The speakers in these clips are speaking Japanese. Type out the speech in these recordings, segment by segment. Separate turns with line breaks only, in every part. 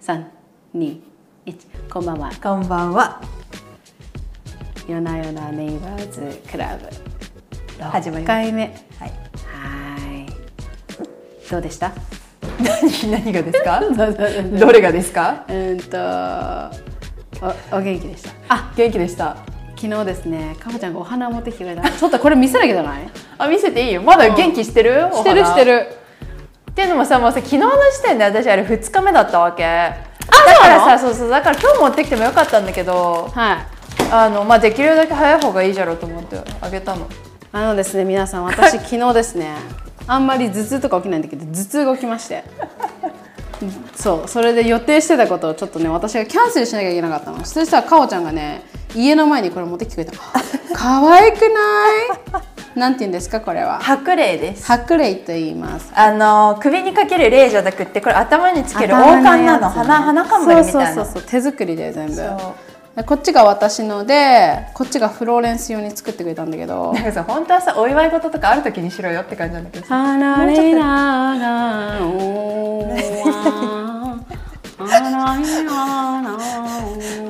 三二一こんばんは。
こんばんは。
夜な夜なネイバーズクラブ
始まり
6
まし
回目。
た。はい。
はい。 どうでした？
何 何がですか？
ど
どれがですか？
うーんとおお元気でした。
あ、元気でした。
昨日ですね、かほちゃんがお花を持ってきてくれた。 ちょっとこれ見せなきゃじゃない？
あ、見せていいよ。まだ元気してる？お花
してるして。る。
っていうのもさ、もうさ昨日の時点で私あれ2日目だったわけ。だからさ、そうそうだから今日持ってきてもよかったんだけど、
はい。
あのまあできるだけ早い方がいいじゃろうと思ってあげたの。
あのですね皆さん私 昨日ですねあんまり頭痛とか起きないんだけど頭痛が起きましてそうそれで予定してたことをちょっとね私がキャンセルしなきゃいけなかったのそしたらかおちゃんがね家の前にこれ持ってきてくれた の可愛くないなんて言うんですかこれは
白麗です。
白麗と言います
あの首にかける霊じゃなくってこれ頭につける王
頭の
冠な
やつ
の花花冠みたい
そ
な
うそうそうそう手作りで全部
そう
でこっちが私のでこっちがフローレンス用に作ってくれたんだけど
なんかさ本当はさお祝い事とかある時にしろよって感じなんだけどさ
あられららおーわーあられららおー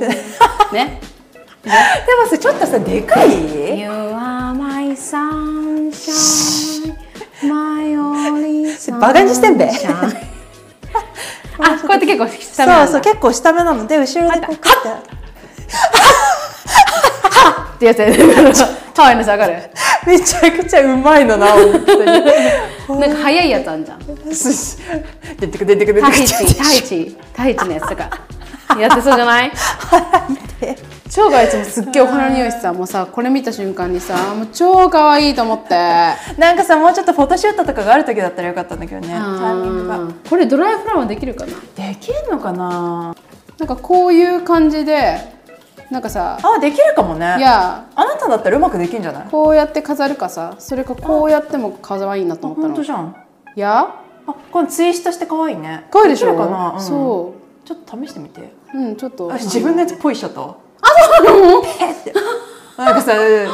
ね。
でもさちょっとさでかい
You are my sunshine, my only sunshine.
バカにしてんべ
あ、こうやって結構下
そ
目な
うんそう
だ
結構下目なので後ろでこう切っ
ってやつやね ハワイのさ、わかる
めちゃくちゃうまいのな本当に
なんか速いやつあんじゃん。
寿司出てく出てく出て
タ
く
ヒチ、タヒチ、タヒチのやつとか。やってそうじゃない蝶がいつもすっげえお花の匂いしてさもうさこれ見た瞬間にさもう超可愛いと思って
なんかさもうちょっとフォトシュートとかがある時だったらよかったんだけどねタイミングが
これドライフラワーできるかな
できるのかな
なんかこういう感じでなんかさ
あできるかもね
いや
あなただったらうまくできんじゃない
こうやって飾るかさそれかこうやっても可愛いなと思った
本当
のい
じゃん
や
あこのツイストして可愛いね
かわいいでしょ
きるかな、うん
そ
ちょっと試してみて
ううんちょっと
あ自分のやつポイしちゃったわあ そうなのなんかさ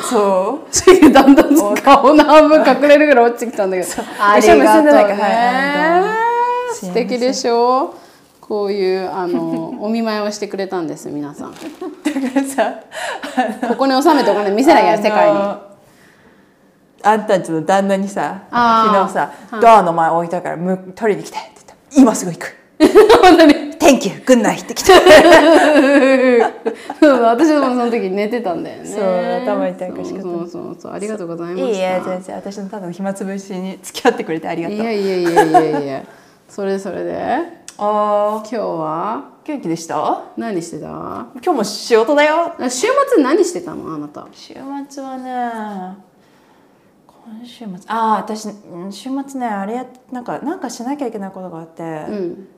そう
ついだんだん顔の半分隠れるぐらい落ちてきたんだけどありがと
結んでないか
う
らはい
ね素敵でしょこういうあのお見舞いをしてくれたんです皆 さんこ
だからさ
こに収めてお金見せなきゃ世界 に
あのあんたんちの旦那にさ
あー
昨日さ、ドアの前置いたからむ取りに来てって言った今すぐ行く
本当に
て「Thank you グンナイ」ってきて
そう私もその時寝てたんだよね
そう頭痛くしかった
そうそうそうそうありがとうござい
い
ました
いえ全然私のただの暇つぶしに付き合ってくれてありがと
いうやいやいやいやいやそれそれで今
あ
日は
ー元気でした
何してた
今日も仕事だよ
あ週末何してたのあなた
週末はね今週末ああ私うん週末ねあれやなんかなんかしなきゃいけないことがあって、
うん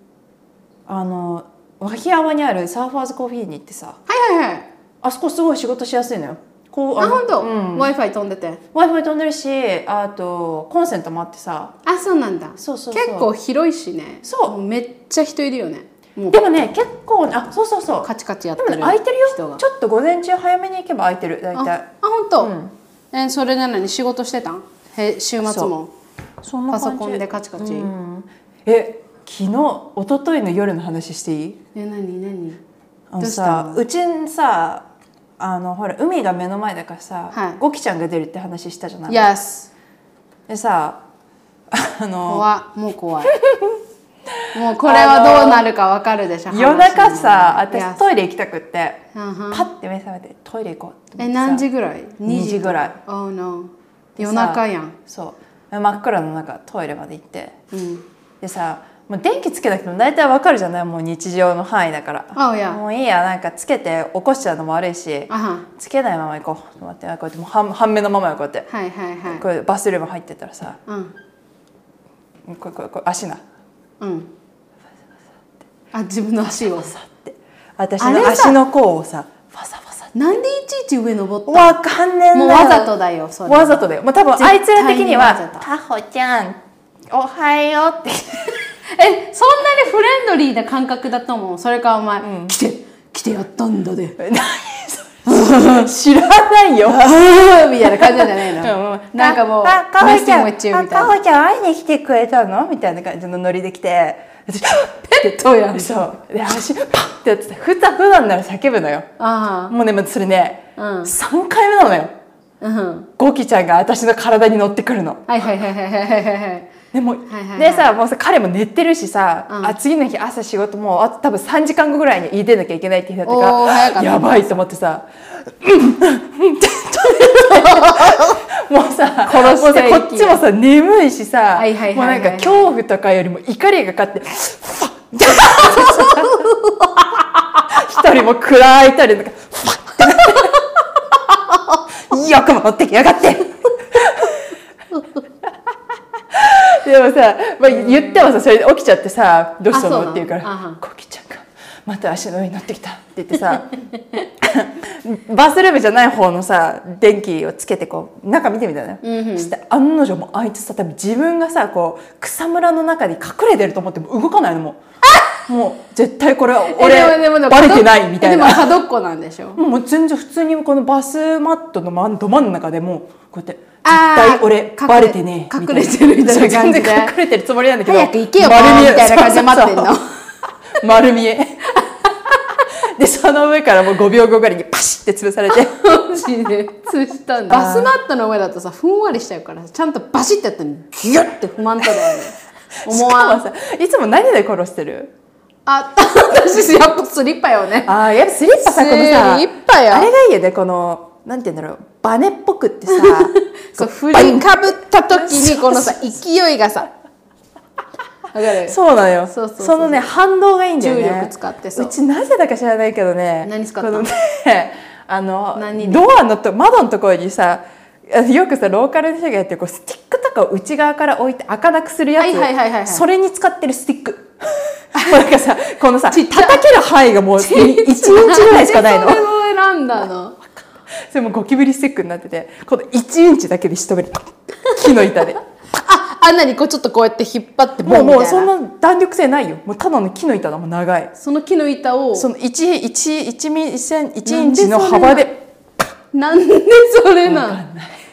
あの脇山にあるサーファーズコーヒーに行ってさ
はいはいはい
あそこすごい仕事しやすいのよこう
あ
の
本当、
うん
w i f i 飛んでて
w i f i 飛んでるしあとコンセントもあってさ
あそうなんだ
そうそうそう
結構広いしね
そう
もめっちゃ人いるよねもう
でもね結構あそうそうそう
カチカチやっ
で
て
も
る
ね空いてる
人
よ
が
ちょっと午前中早めに行けば空いてる大
あ
体
あ本当、
うん
えそれなのに仕事してたんへ週末も
そんな
パソ
感じ
コンでカチカチ、
うんえ昨日一昨日の夜の話していい
え何何
あの
どうした
さ
の
うちんさあのほら海が目の前だからさ、
はい
ゴキちゃんが出るって話したじゃない
Yes
でさあの
怖いもう怖 いもうこれはどうなるかわかるでしょ
夜中さ
話の
私トイレ行きたくって、
うんうん
パッて目覚めてトイレ行こうって思
え
ってさ
何時ぐらい
2時ぐらい
Oh no
でさ
夜中やん
そう真っ暗の中トイレまで行って
うん
でさもう電気つけなくても大体わかるじゃないもう日常の範囲だから、
あいや
もういいやなんかつけて起こしちゃうのも悪いし
あは
つけないまま行こうと思ってこうやってもう半半目のままよこうやって、
はいはいはい
こうバスルーム入ってったらさ
うん
こうこうこう足な
うんあ自分の足を
って私
あれ
の
さ
足の甲をさファサファサ
なんでいちいち上登った
わかんねえんだよ
もうわざとだよそれは
わざとだよもう多分あいつら的には
絶対にわざ
「
と
タホちゃんおはよう」って
えそんなにフレンドリーな感覚だと思うそれかお前、来て来てやったんだで
知らないよ
みたいな感じなんじゃないの、なんかもう
あ、かほ
ナイ
ちゃん、
スティングウィッチみたいな
あかほちゃん会いに来てくれたのみたいな感じのノリで来て、私
ペットやん
そうで足パッてやってて普段普段なら叫ぶのよ
あ
もうねまあそれね、
うん
3回目なのよ
あうん
ゴキちゃんが私の体に乗ってくるの
はいはいはいはいはいはいはい
でもう
はいはいはい
でさもうさ彼も寝てるしさ、
うん
あ次の日朝仕事もうあと多分3時間後ぐらいに家出なきゃいけないって日だったか
おー早かった
らやばいと思って さ「うんうんうん」ってちょっともうさ
殺したい
もうさこっちもさ眠いしさ
はいはいはいはい
もうなんか恐怖とかよりも怒りがかって「 一人も暗いたりなんか
よく持ってきやがって
でもさ、まあ、言ってもさそれで起きちゃってさどうした
あそうな
の
の
って言うか
あはん
ら「コキちゃんがまた足の上に乗ってきた」って言ってさ バスルームじゃない方のさ電気をつけてこう中見てみたのよ、して案の定もうあいつさ多分自分がさこう草むらの中に隠れてると思っても動かないのもうもう絶対これは俺
えでもでもでも
バレてないみたいな
でも角っこなんでしょ
もう全然普通にこのバスマットの真んど真ん中でもうこうやって
あー
絶対俺
隠れ
バレてねえ
隠れてるみたいな感じで
全然隠れてるつもりなんだけど
早く行けよ
丸見
もう
え
みたいな感じで待ってんの
そうそうそう丸見えでその上からもう5秒後ぐらいにパシッて潰されて
マジでつしたんだバスマットの上だとさふんわりしちゃうからちゃんとバシッてやったのにギュッて不満ただよね思わ
し
ん
かもさいつも何で殺してる
あ私やっぱスリッパよね
ああやっぱスリッパさこのさ
スリッパよ
あれがいいよねこのなんて言うんだろうバネっぽくってさ
そう振りかぶった時にこのさ勢いがさわかる
そうなのよ。
そうそうそう
のね反動がいいんだよね。
重力使ってそう
ちなぜだか知らないけどね。
何使った
こ
の
のね、 あの
何
ドアのと窓のところにさ、あのよくさローカルの人がやってるこうスティックとかを内側から置いて開かなくするやつ、
はいはいはいはいはい
それに使ってるスティック。 もうなんかさこのさ
ちっ
叩
ちゃい
ける範囲がもうい一インチぐらいしかない の
そ。れを選んだの
それもゴキブリスティックになっててこの1インチだけで仕留める木の 板で
ああんなにこうちょっとこうやって引っ張ってボ
もう
ンみ
もう
たい
そん
な
な弾力性ないよもうただの木の板だもん長い
その木の板を
その 1, 1, 1, ミリセン1インチの幅で
なんでそれなん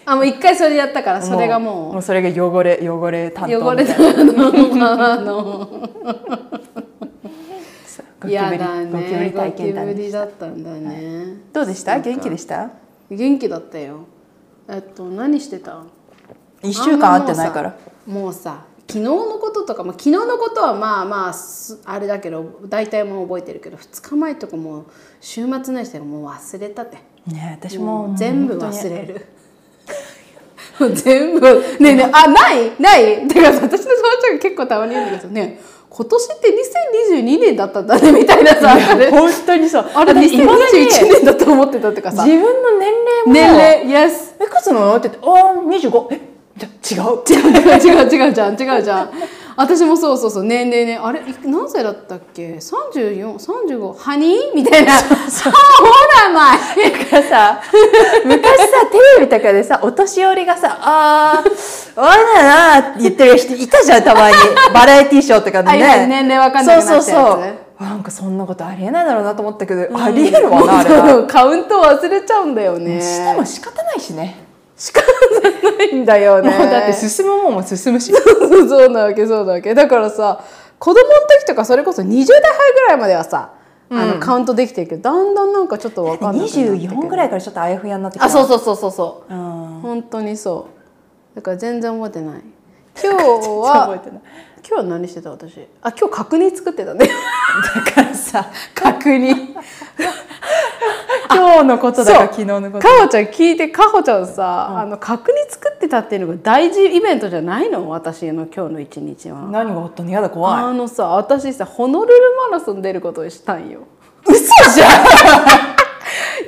あもう一回それやったからそれが
も
も
うそれが汚れ汚れ担
う
当
汚
み
れ
た
た
いな
の ままの
ゴキ
や
ブリ
だ
ゴキブ
ね
リ
ゴ
体
キ
験
ブ
談
リだったんだね
どうでした元気でした
元気だったよえっと何してた
1週間会ってないから
もうさ昨日のこととか、まあ、昨日のことはまあまあすあれだけど大体もう覚えてるけど2日前とかもう週末何してるかもう忘れたって
ねえ私も
もう全部忘れるもう 全部ねえねえあないないだからさ私の友達が結構たまに言うんだけどね今年って2022年だったんだねみたいなさあ れ
本当にそう
あれ
だって未だに
2021年だと思ってたってか
自
さ
分の年齢も
年齢 Yes
いくつなのって言って「ああ25」えじゃ違う
違う違う違うじゃん違うじゃん私もそうそうそう年齢ねあれい何歳だったっけ3435ハニーみたいなそうほらまい
だからさ昔さテレビとかでさお年寄りがさ「あーわだな」って言ってる人いたじゃんたまにバラエティーショーとかで
あ今
ね
年齢わかんなくなっちゃうやつ
そうそうそうなんかそんなことありえないだろうなと思ったけど、ありえるわなあれは
そうカウント忘れちゃうんだよね
しても仕方ないしね
仕方ないんだよね
もうだって進むもんも進むし
そうそうなわけそうなわけだからさ子供の時とかそれこそ20代ぐらいまではさ、あのカウントできてるけどだんだんなんかちょっとわかんない
24ぐら
い
いからちょっとあやふやになってきた
あそうそうそうそうそう
うん
本当にそうだから全然覚えてない今日
覚え
は
てない
今日は何してた私あ今日角煮作ってたね
だからさ
角煮
今日のことだか
そう
昨日のこと
かほちゃん聞いてかほちゃんさ、あの角煮作ってたっていうのが大事イベントじゃないの私の今日の一日は
何があったのやだ怖い
あのさ私さホノルルマラソン出ることにした んよ
嘘じゃん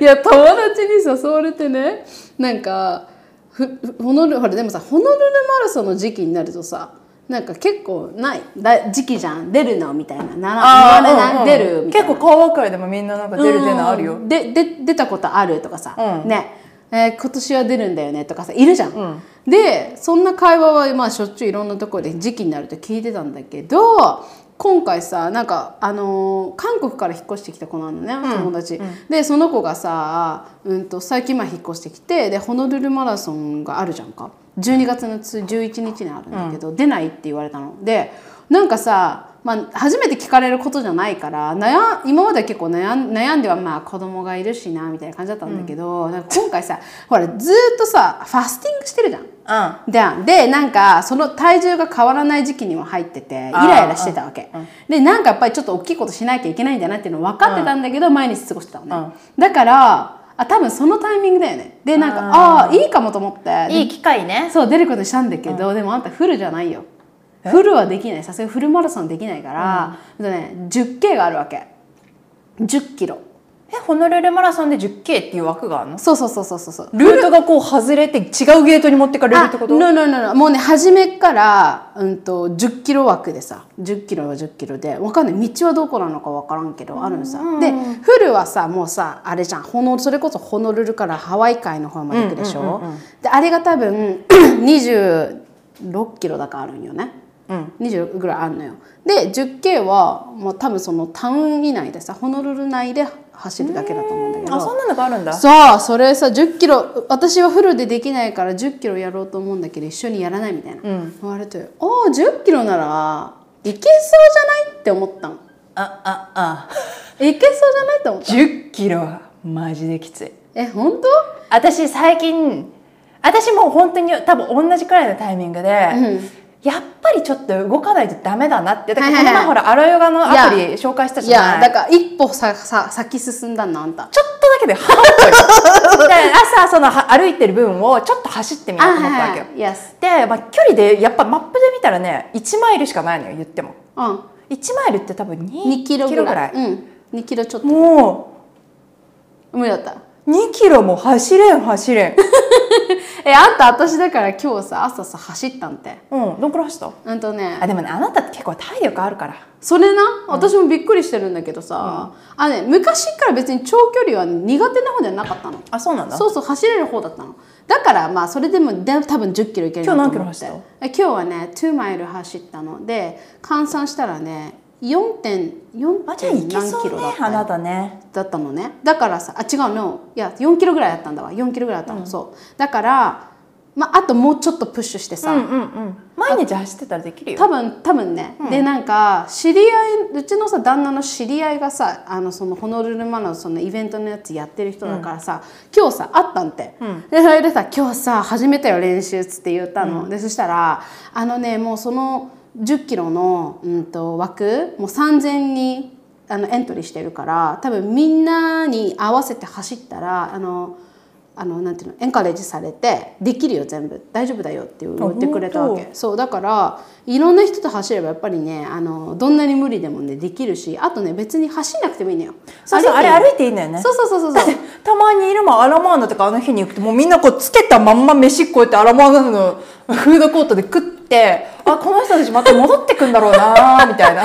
いや友達に誘われてねなんかふふホノルルほらでもさホノルルマラソンの時期になるとさなんか結構ないだ時期じゃん出るのみたいななら言われない出るみたいな
結構顔分かりでもみんななんか出る出ないあるよ、
うんでで出たことあるとかさ、
うん
ね、えー今年は出るんだよねとかさいるじゃん、でそんな会話はまあしょっちゅういろんなところで時期になると聞いてたんだけど今回さなんか、あのー韓国から引っ越してきた子なのね友達、でその子がさ、うん、と最近まあ引っ越してきてでホノルルマラソンがあるじゃんか12月のつ11日にあるんだけど、出ないって言われたのでなんかさまあ、初めて聞かれることじゃないから悩今までは結構悩ん悩んではまあ子供がいるしなみたいな感じだったんだけど、なんか今回さほらずーっとさファスティングしてるじゃん。
うん
ででなんかその体重が変わらない時期にも入っててイ
あー
ライラしてたわけ、でなんかやっぱりちょっと大きいことしなきゃいけないんだなっていうの分かってたんだけど、毎日過ごしてたのね、だからあ多分そのタイミングだよねでなんかああーいいかもと思って
いい機会ね
そう出ることにしたんだけど、でもあんたフルじゃないよフルはできないさすがにフルマラソンできないから、えっとね、10K があるわけ10キロ
えホノルルマラソンで 10K っていう枠があるの
そうそうそうそうそうそう
ルートがこう外れて違うゲートに持ってかれるってこと
あ no, no, no, no. もうね初めから、うん、と10キロ枠でさ10キロは10キロでわかんない道はどこなのかわからんけどあるのさ、でフルはさもうさあれじゃんほのそれこそホノルルからハワイ海の方まで行くでしょ、であれが多分 26キロだからあるんよね、26ぐらいあるのよで 10K は、まあ、多分そのタウン以内でさホノルル内で走るだけだと思うんだけど
あそんなのがあるんだ
そうそれさ1 0キロ私はフルでできないから1 0キロやろうと思うんだけど一緒にやらないみたいな、言われて「ああ1 0キロならいけそうじゃない?」って思ったのい
あああ
けそうじゃないって思った
10キロはマジできつい
え本当
私最近私も本当に多分同じくらいのタイミングで、やっぱりちょっと動かないとダメだなってだから
はいはいは
この
い
前ほらアロヨガのアプ
い
リ
や
紹介した
い
じゃな
や
い
だから一歩ささ先進んだなあんた
ちょっとだけで歯を折るだから朝そのは歩いてる分をちょっと走ってみようと思ったわけよ、
イエス
で、まあ、距離でやっぱマップで見たらね1マイルしかないのよ言っても
うん
1マイルって多分2
2キロぐらい
ぐらい
うん2キロちょっと
も
無理だった
う2キロも走れん走れん
えあんた私だから今日さ朝さ走ったんて
うんどんくらい走った
うんとね
あでもねあなたって結構体力あるから
それな私もびっくりしてるんだけどさ、あね、昔から別に長距離は苦手な方ではなかったの
あそうなんだ
そうそう走れる方だったのだからまあそれでもだ多分1 0キロいけるなと思って
今日何キロ走
え今日はね2マイル走ったので換算したらね4.4
あじゃあい
点
け
何
そ
キ
う
ロ
ね
だった
あ
よ
なたね
だったのねだからさあ違うのいや4キロぐらいあったんだわ4キロぐらいあったの、そうだから、まあ、あともうちょっとプッシュしてさ、
毎日走ってたらできるよ
多分多分ね、でなんか知り合いうちのさ旦那の知り合いがさあのそのホノルルマラソンのイベントのやつやってる人だからさ、今日さ会ったんて、でそれでさ「今日さ始めたよ練習」っつって言ったの、でそしたらあのねもうその1 0キロの、うん、と枠もう3,000人あのエントリーしてるから多分みんなに合わせて走ったらあの。あのなんていうのエンカレージされてできるよ全部大丈夫だよって言ってくれたわけそうだからいろんな人と走ればやっぱりねあのどんなに無理でもねできるしあとね別に走んなくてもいいのよ
そうそうあれ歩いていいんだよね
そうそうそうそうそう
たまにいるもんアラモアナとかあの日に行くともうみんなこうつけたまんま飯こうやってアラモアナのフードコートで食ってあこの人たちまた戻ってくんだろうなーみたいな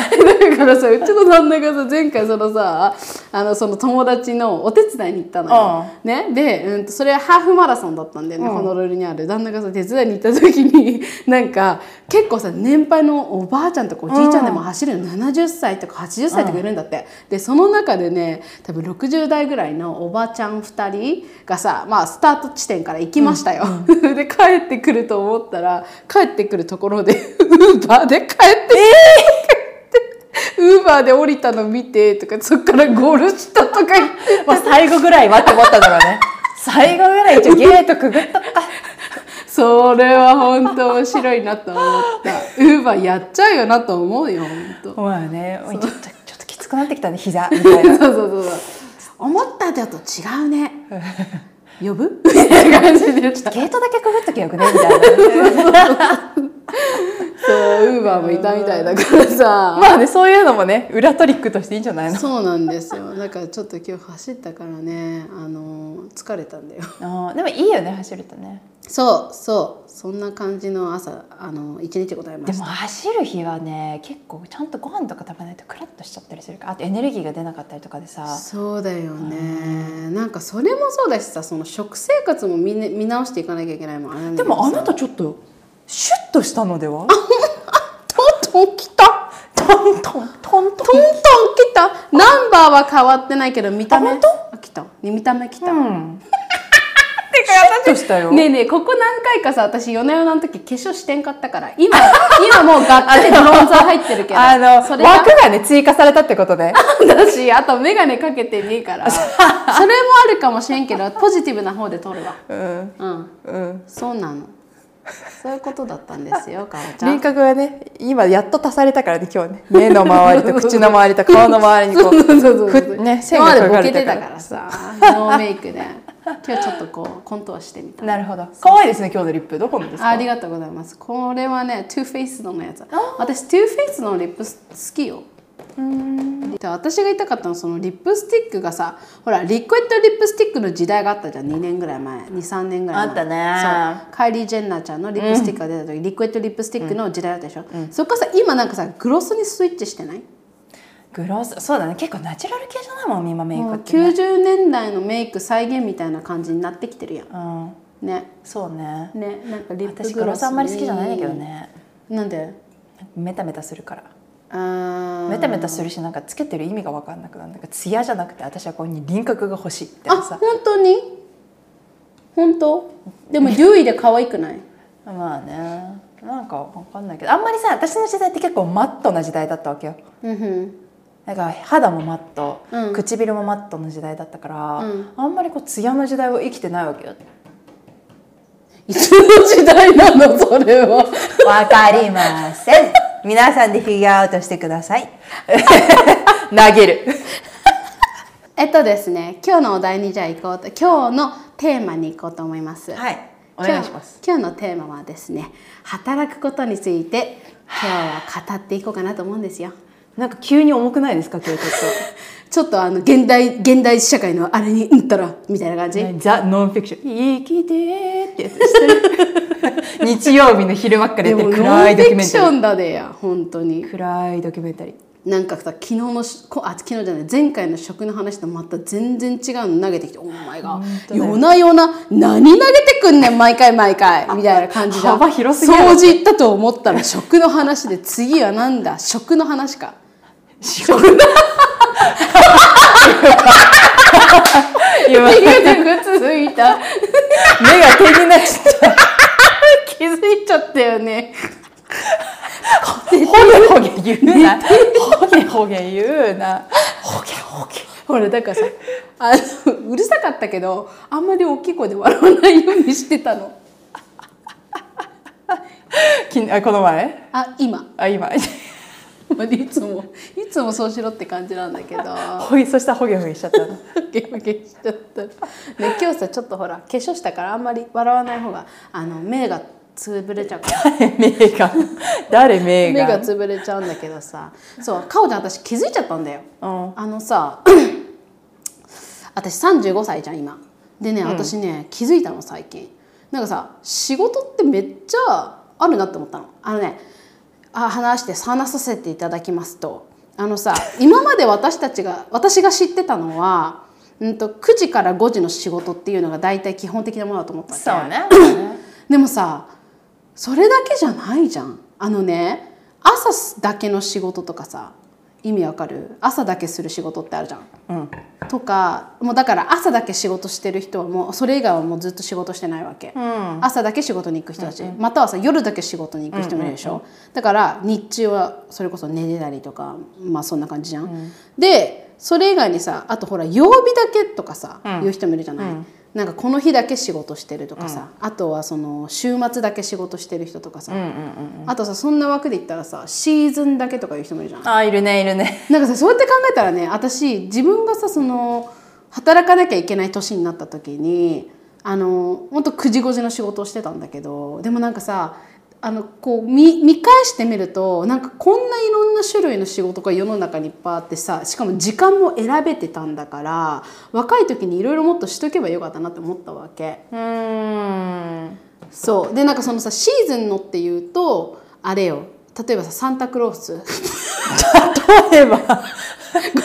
だからさうちの旦那がさ前回そのさあのその友達のお手伝いに行ったのよ、ね、で、うんと、それはハーフマラソンだったんだよね、ホノルルにある旦那がさ手伝いに行った時に なんか結構さ年配のおばあちゃんとかおじいちゃんでも走るの、70歳とか80歳とかいるんだって、でその中でね多分60代ぐらいのおばあちゃん2人がさ、まあ、スタート地点から行きましたよ、 で帰ってくると思ったら帰ってくるところで ウーバーで帰ってきて ウーバーで降りたの見てとかそっからゴールしたとか言って
まあ最後ぐらいはって思ったんだろうね最後ぐらい一応ゲートくぐったか
それは本当面白いなと思ったウーバーやっちゃうよなと思うよ本
まあねおいちょっとちょっときつくなってきたね膝みたいな
当そうそうそうそう思ったのと違うね呼ぶみたいな感じでした
ゲートだけくぐっときゃよくねみたいな
そうウーバーもいたみたいだからさ
まあねそういうのもね裏トリックとしていいんじゃないの
そうなんですよだからちょっと今日走ったからねあの疲れたんだよ
あーでもいいよね走るとね
そうそうそんな感じの朝あの一日でございま
で
し
も
た
走る日はね結構ちゃんとご飯とか食べないとクラッとしちゃったりするからあとエネルギーが出なかったりとかでさ
そうだよねなんかそれもそうだしさその食生活も見,、ね、見直していかなきゃいけないもんあれなんだ
で
けど
も
さ
あなたちょっとシュッとしたのでは
トントン来た
トントントント
ト
ン
ントン来たナンバーは変わってないけど見た目
あ本当
あ来たね見た目来た、
うんとしたよ。
ねえねえここ何回かさ私夜な夜なの時化粧してんかったから今 今もうがっつりブロンザー入ってるけど
あの
そ
枠
れが
がね追加されたってことで
だし あと眼鏡かけてねえからそれもあるかもしれんけどポジティブな方で撮るわ
うん
うん
うん
そうなのそういうことだったんですよかおちゃ
輪
ん
郭がね今やっと足されたからね今 日ね目の周りと口の周りと顔の周りにこうふね線
今ま
が
で
描
ボ
か
ケ
れ
て
て
た
た
か
からら
さノーメイクで今日ちょっとこうコントはしてみた
なるほど可愛いですね今日のリップどこのです
あ
か
りがとうございますこれはね 2face のやつ私 2face のリップス好きよで私が言いたかったのはそのリップスティックがさほらリクエットリップスティックの時代があったじゃん2年ぐらい前23年ぐらい前
あったね
そうカイリー・ジェンナーちゃんのリップスティックが出た時、リクエットリップスティックの時代だったでしょ、そっからさ今なんかさグロスにスイッチしてない
グロスそうだね結構ナチュラル系じゃないもん今メイ
も
ク
う
って、ね
90年代のメイク再現みたいな感じになってきてるやん
うん、
ね
そうね
ねなんかリップグロス
私
に
グロスあんまり好きじゃないんだけどね
なんで
メタメタするから
あー
メタメタするしなんかつけてる意味が分かんなくなるなんかツヤじゃなくて私はこうに輪郭が欲しいって
あ
さ
本当に本当でもデュイで可愛くない
まあねなんか分かんないけどあんまりさ私の時代って結構マットな時代だったわけよ
うんうん
なんか肌もマット、
うん
唇もマットの時代だったから、
うん
あんまりこうツヤの時代を生きてないわけよ
いつの時代なのそれは
わかりません。皆さんでフィギュアアウトしてください。
投げる
えっとですね今日のお題にじゃあ行こうと今日のテーマに行こうと思います
はい。
お願いします
今日今日のテーマはですね働くことについて今日は語っていこうかなと思うんですよ
なんか急に重くないですか今日ちょっ
ちょっとあの現代現代社会のあれにうんたらみたいな感じ、
とザ・ノンフィクション生きてーってやつしてる日曜日の昼間っから
で
やって
も
る
ノンフ
暗いドキュ
ィク
メン
シ
タ
ョ
リー
ンだでや本当に
暗いドキュメンタリー
なんかさ昨日のしこあ昨日じゃない前回の食の話とまた全然違うの投げてきて「お前が夜な夜な何投げてくんねん毎回毎回」みたいな感じじゃん
幅広すぎる
掃除行ったと思ったら食の話で次はなんだ食の話か
仕事だ
手
今目が
がくっつい た
手になっちゃった
気づいちゃったよね
ほげほげ言うなほげほげ言うなほげほげ
ほらだからさ あのうるさかったけどあんまり大きい声で笑わないようにしてたの
きあこの前
あ今
あ今
まあいつもいつもそうしろって感じなんだけど
ほげそしたらほげほげしちゃったの
ゲームゲーしちゃった。ね今日さちょっとほら化粧したからあんまり笑わない方があの目が潰れちゃうから。
誰メーガン誰メー
目
ガ
が
ン
潰れちゃうんだけどさ、そうかおちゃん私気づいちゃったんだよ。
うん
あのさ、私三十五歳じゃん今。でね私ね、気づいたの最近。なんかさ仕事ってめっちゃあるなって思ったの。あのねあ話して話させていただきますとあのさ今まで私たちが私が知ってたのは、うん、と9時から5時の仕事っていうのが大体基本的なものだと思ったわけ
そうね
でもさそれだけじゃないじゃんあのね朝だけの仕事とかさ意味わかる朝だけする仕事ってあるじゃん。とかもうだから朝だけ仕事してる人はもうそれ以外はもうずっと仕事してないわけ、朝だけ仕事に行く人たち、またはさ夜だけ仕事に行く人もいるでしょ、だから日中はそれこそ寝てたりとかまあそんな感じじゃん、でそれ以外にさあとほら曜日だけとかさ、いう人もいるじゃない、なんかこの日だけ仕事してるとかさ、あとはその週末だけ仕事してる人とかさ、あとさそんな枠で言ったらさシーズンだけとかいう人もいるじゃん
あいるねいるね
なんかさそうやって考えたらね私自分がさその働かなきゃいけない年になった時にあの本当9時5時の仕事をしてたんだけどでもなんかさあのこう見見返してみるとなんかこんないろんな種類の仕事が世の中にいっぱいあってさしかも時間も選べてたんだから若い時にいろいろもっとしとけばよかったなって思ったわけ。
うーん
そうでなんかそのさシーズンのっていうとあれよ例えばさサンタクロース
例えば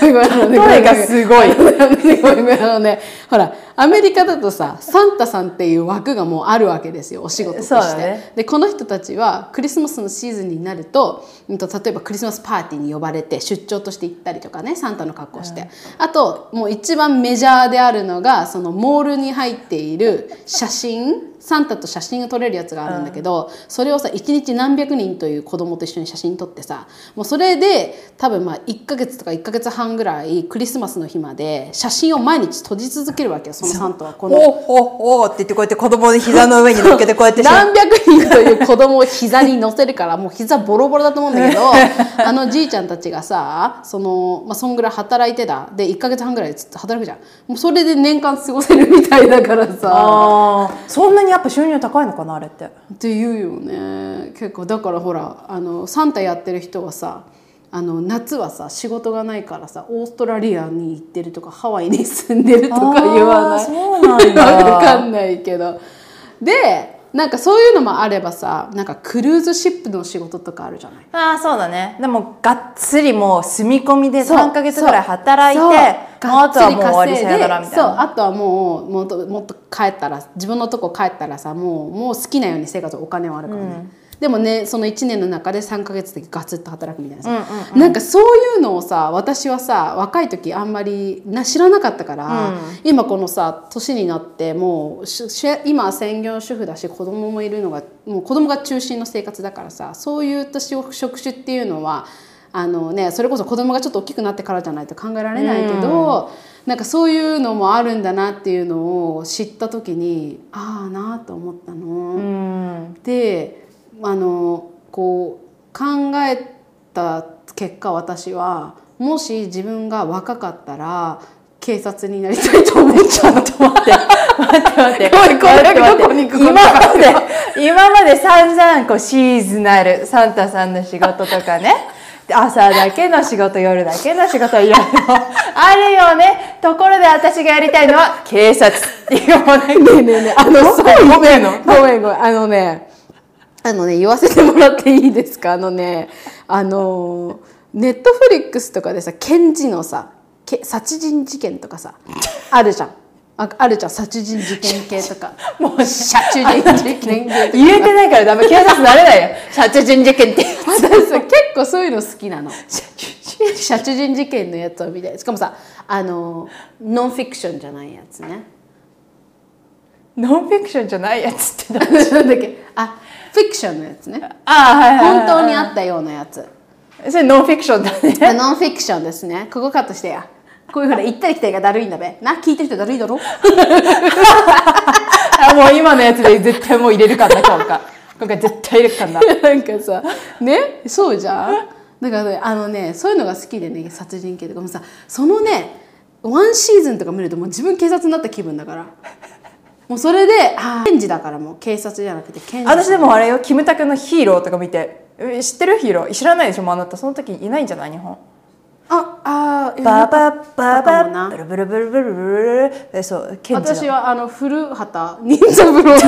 ごめんごめんあのね
声がすごい
ごめんごめんあのねほらアメリカだとさサンタさんっていう枠がもうあるわけですよお仕事として、
そうだね
でこの人たちはクリスマスのシーズンになるとうんと例えばクリスマスパーティーに呼ばれて出張として行ったりとかねサンタの格好して、あともう一番メジャーであるのがそのモールに入っている写真サンタと写真が撮れるやつがあるんだけど、それをさ1日何百人という子供と一緒に写真撮ってさもうそれで多分まあ1ヶ月とか1ヶ月半ぐらいクリスマスの日まで写真を毎日閉じ続けるわけよそのサンタはこの
おおおって言ってこうやって子供の膝の上に乗っけてこうやってしまう
何百人という子供を膝に乗せるからもう膝ボロボロだと思う んだけどあのじいちゃんたちがさその、まあ、そんぐらい働いてだで1か月半ぐらいずっと働くじゃんもうそれで年間過ごせるみたいだからさ
ああそんなにやっぱ収入高いのかなあれって
って言うよね結構だからほらあのサンタやってる人はさあの夏はさ仕事がないからさオーストラリアに行ってるとかハワイに住んでるとか言わない
あーそうなんだ
わかんないけどでなんかそういうのもあればさなんかクルーズシップの仕事とかあるじゃない
ああそうだねでもがっつりもう住み込みで
そう
3か月ぐらい働いて
そ
も
う
う
が
あ
っつ
とは
り
もう終わり
稼い
さ
で
よならみたい
そう
な
あとはもうもっともっと帰ったら自分のとこ帰ったらさもうもう好きなように生活お金はあるからね、でもねその1年の中で3ヶ月でガツッと働くみたいなさ、なんかそういうのをさ私はさ若い時あんまりな知らなかったから、今このさ年になってもうしし今専業主婦だし子供もいるのがもう子供が中心の生活だからさそういう私を職種っていうのはあのね、それこそ子供がちょっと大きくなってからじゃないと考えられないけど、なんかそういうのもあるんだなっていうのを知った時にああなあと思ったの。であのこう考えた結果私はもし自分が若かったら警察になりたいと思っちゃうと思って
待って
おいこれ
待って待って
どこに行くの
今まで 今まで散々こうシーズナルサンタさんの仕事とかね 朝だけの仕事夜だけの仕事いろいろあるよねところで私がやりたいのは警察っていうもの
ねえねえねえあの
どこ行ってんの
ごめんごめんあのねあのね言わせてもらっていいですかあのねあのネットフリックスとかでさ検事のさけ殺人事件とかさあるじゃんああるじゃん殺人事件系とか
もう
殺人事件系とか
言えてないからダメ警察なれないよ殺人事件って
私さ結構そういうの好きなの殺人事件のやつを見てしかもさあのノンフィクションじゃないやつね
ノンフィクションじゃないやつって
なんだっけあフィクションのやつね
ああはい
本当にあったようなやつ
それノンフィクションだね
あノンフィクションですねここカットしてやこういうふうな行ったり来たりがだるいんだべな聞いてる人だるいだろ
あもう今のやつで絶対もう入れるかな今回今回絶対入れるか な
なんかさねそうじゃんだからねあのねそういうのが好きでね殺人系とかもさそのねワンシーズンとか見るともう自分警察になった気分だからもうそれであー検事だからもう警察じゃなくて検事
私でもあれよキムタクのヒーローとか見てえ知ってるヒーロー知らないでしょもうあなたその時いないんじゃない日本
ああー
バババ
かもな
バブルブルブルブルブルブルえそうケンジの
私はあの古畑任三郎のやつ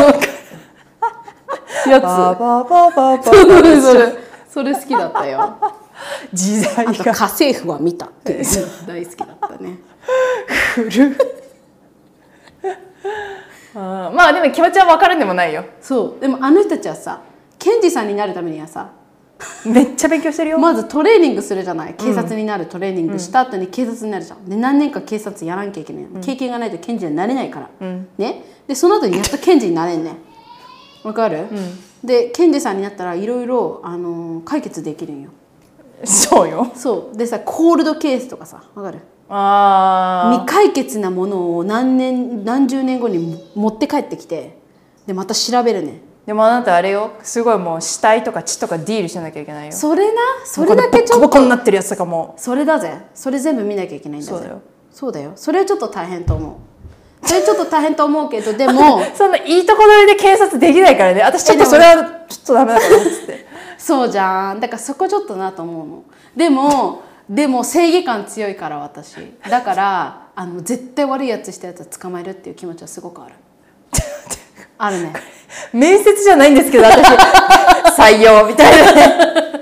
バババババ
それそれそれ好きだったよ
時代
あと
が
家政婦は見たっていうの大好きだったね
来る あーまあでも気持ちは分かるんでもないよ
そうでもあの人たちはさ検事さんになるためにはさ
めっちゃ勉強してるよ
まずトレーニングするじゃない警察になるトレーニングした後に警察になるじゃん、で何年か警察やらなきゃいけない、経験がないと検事にはなれないから、ねでその後にやっと検事になれんねわかる、で検事さんになったらいろいろあのー解決できるんよ
そうよ
そうでさコールドケースとかさわかる
あ
未解決なものを何年何十年後にも持って帰ってきてでまた調べるね
ーでもあなたあれよすごいもう死体とか血とかディールしなきゃいけないよ
それなそれだけちょ
ボ
っ
コボコに
と
なってるやつとかも
それだぜそれ全部見なきゃいけないんだぜ
そうだよ
そうだよそれはちょっと大変と思うそれちょっと大変と思うけどで も
そんないいとこ取りで警察できないからね私ちょっとそれはちょっとダメだからっつって
そうじゃんだからそこちょっとなと思うのでもでも正義感強いから私だからあの絶対悪いやつしたやつは捕まえるっていう気持ちはすご くあるあるね
面接じゃないんですけど私 採用みたいなね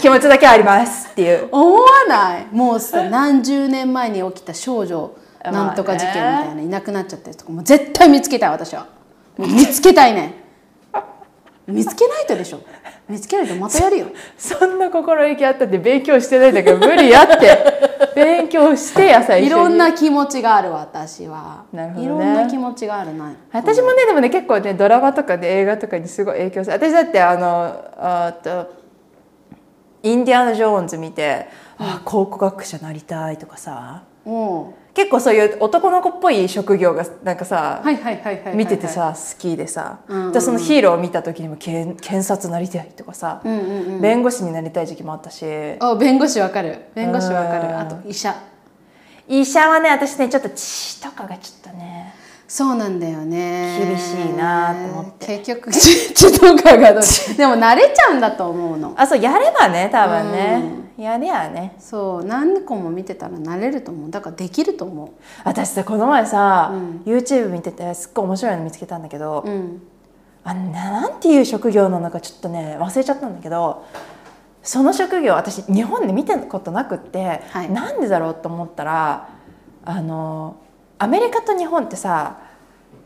気持ちだけありますっていう
思わないもうさ何十年前に起きた少女
まあね
なんとか事件みたいないなくなっちゃってるとかもう絶対見つけたい私はもう見つけたいね見つけないとでしょ見つけないとまたやる よ
そんな心意気あったって勉強してないんだけど無理やって勉強して野菜
い
一緒
ろ
に
んな気持ちがある私は
なるほどね
いろんな気持ちがあるな
私もねでもね結構ねドラマとかで映画とかにすごい影響され私だってあのあーっとインディアナ・ジョーンズ見て、あー考古学者なりたいとかさ
も
結構そういう男の子っぽい職業がなんかさ
う、はいはいはいはいはいはい
見ててさ好きでさ、
うんうんうん
でそのヒーローを見た時にも検検察なりたいとかさ、
うんうんうん
弁護士になりたい時期もあったし
あ弁護士わかる弁護士わか
うん
るあと医者
医者はね私ねちょっと血とかがちょっとね
そうなんだよね
厳しいなと思
って結局ち ちとかがどうでも慣れちゃうんだと思うの
あそうやればね多分ね、やれやね
そう何個も見てたら慣れると思うだからできると思
私さこの前さ、YouTube 見ててすっごい面白いの見つけたんだけど、
ううん
あのななんていう職業なのかちょっとね忘れちゃったんだけどその職業私日本で見たことなくって、
はい
なんでだろうと思ったらあのアメリカと日本ってさ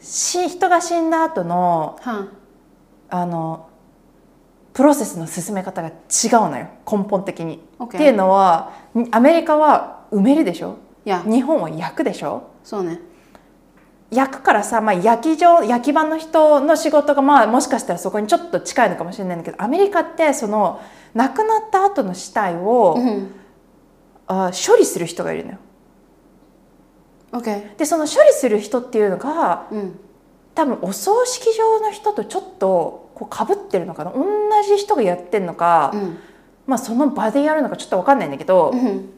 し人が死んだ後の
はん
あのプロセスの進め方が違うのよ根本的に。
OK
っていうのはにアメリカは埋めるでしょ
いや
日本は焼くでしょ
そうね
焼くからさ、まあ、焼き場焼き場の人の仕事が、まあ、もしかしたらそこにちょっと近いのかもしれないんだけどアメリカってその亡くなった後の死体を、
うん
あ処理する人がいるのよ。
OK
でその処理する人っていうのが
うん
多分お葬式場の人とちょっとこう被ってるのかな同じ人がやってんのか、
うん
まあ、その場でやるのかちょっと分かんないんだけど、
うん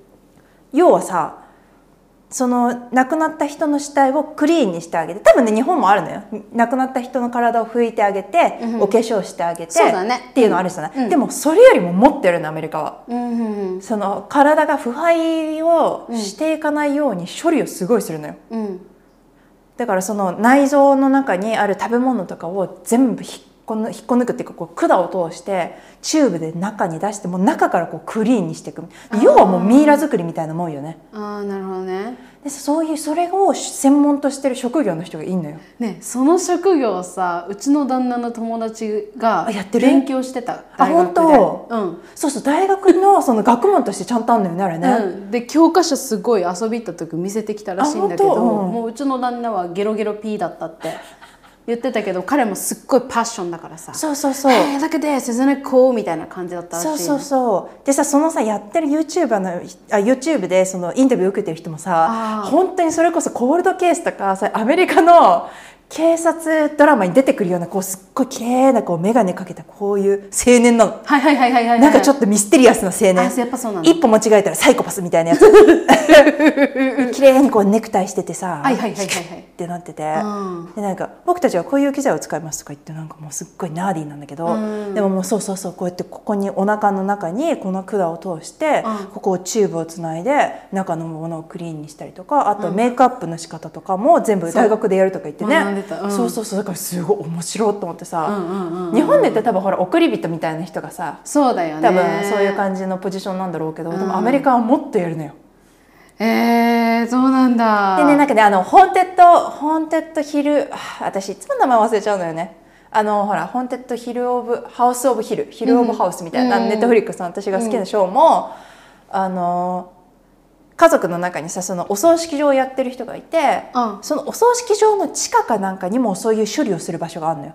要はさその亡くなった人の死体をクリーンにしてあげて多分ね日本もあるのよ亡くなった人の体を拭いてあげて、
うん
お化粧してあげて
そうだね
っていうのあるじゃない、
うん
でもそれよりも持ってるのアメリカは
うんうん
その体が腐敗をしていかないように処理をすごいするのよ
うん
だからその内臓の中にある食べ物とかを全部引っこぬ引っこ抜くっていうかこう管を通してチューブで中に出してもう中からこうクリーンにしていく要はもうミイラ作りみたいなもんよね
ああなるほどね
でそういうそれを専門としてる職業の人がいんのよ
ねその職業さうちの旦那の友達が
あやってる
勉強してた
あ
大学で
本
うん
そうそう大学のその学問としてちゃんとあんのよねあれね、
うん、で教科書すごい遊び行った時見せてきたらしいんだけ
あ
ど、
本当うん
もううちの旦那はゲロゲロピーだったって言ってたけど彼もすっごいパッションだからさ
そうそうそう、
えー、だけで鈴音こうみたいな感じだったらしい
そう
の
そうそうでさそのさやってる YouTuber のあ YouTube でそのインタビュー受けてる人もさ
あー
本当にそれこそコールドケースとかさアメリカの警察ドラマに出てくるようなこうすっごい綺麗なこう眼鏡かけたこういう青年なの
はいはいはいはいはい、はい、
なんかちょ
と
っとミステリアスな青
あ
年
やっぱそうなんだ
一歩間違えたらサイコパスみた いなやつ綺麗にこうネクタイしててさ
はいはいはいはいはい
ってなってて、
う
でなんか僕たちはこういう機材を使いますとか言ってなんかもうすっごいナーディーなんだけど、
うん
でももうそうそうそうこうやってここにお腹の中にこの管を通して、
うん
ここをチューブをつないで中のものをクリーンにしたりとかあとメイクアップの仕方とかも全部大学でやるとか言って
そう学んで
ね
たうん
そうそうそうだからすごい面白いと思ってさ、
うんうんうんうん
日本で言って多分ほら送り人みたいな人がさ
そうだよね
多分そういう感じのポジションなんだろうけど、でもアメリカはもっとやるのよ。
じえー、そうなんだ
でねなんかねあのホーンテッドホーンテッドヒルあ私いつも名前忘れちゃうのよねあのほらホーンテッドヒルオブハウスオブヒルヒルオブハウスみたいな、
うん
ネットフリックスの私が好きなショーも、あの家族の中にさそのお葬式場をやってる人がいて、
うん
そのお葬式場の地下かなんかにもそういう処理をする場所があるのよ、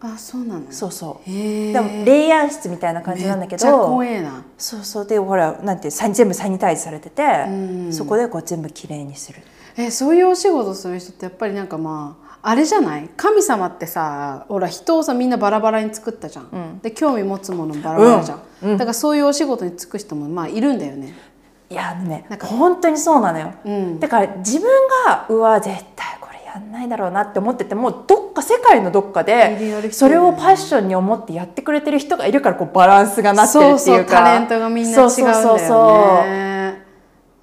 あそうなの
そうそう、
へえ
でも霊安室みたいな感じなんだけど
めっちゃ怖えな
そうそうでほらなんてさ全部サニタイズされてて、
うん
そこでこう全部きれいにする
えそういうお仕事する人ってやっぱりなんかまああれじゃない神様ってさほら人をさみんなバラバラに作ったじゃん、で興味持つものバラバラじゃん、だからそういうお仕事に就く人もまあいるんだよね
いやね
なんか
本当にそうなのよ、
うん
だから自分がうわ絶対これやんないだろうなって思っててもどっか世界のどっか
いるよ
で
り
それをパッションに思ってやってくれてる人がいるからこうバランスがなってるっていうか
そうそうタレントがみんな違うんだよね
そうそうそうそう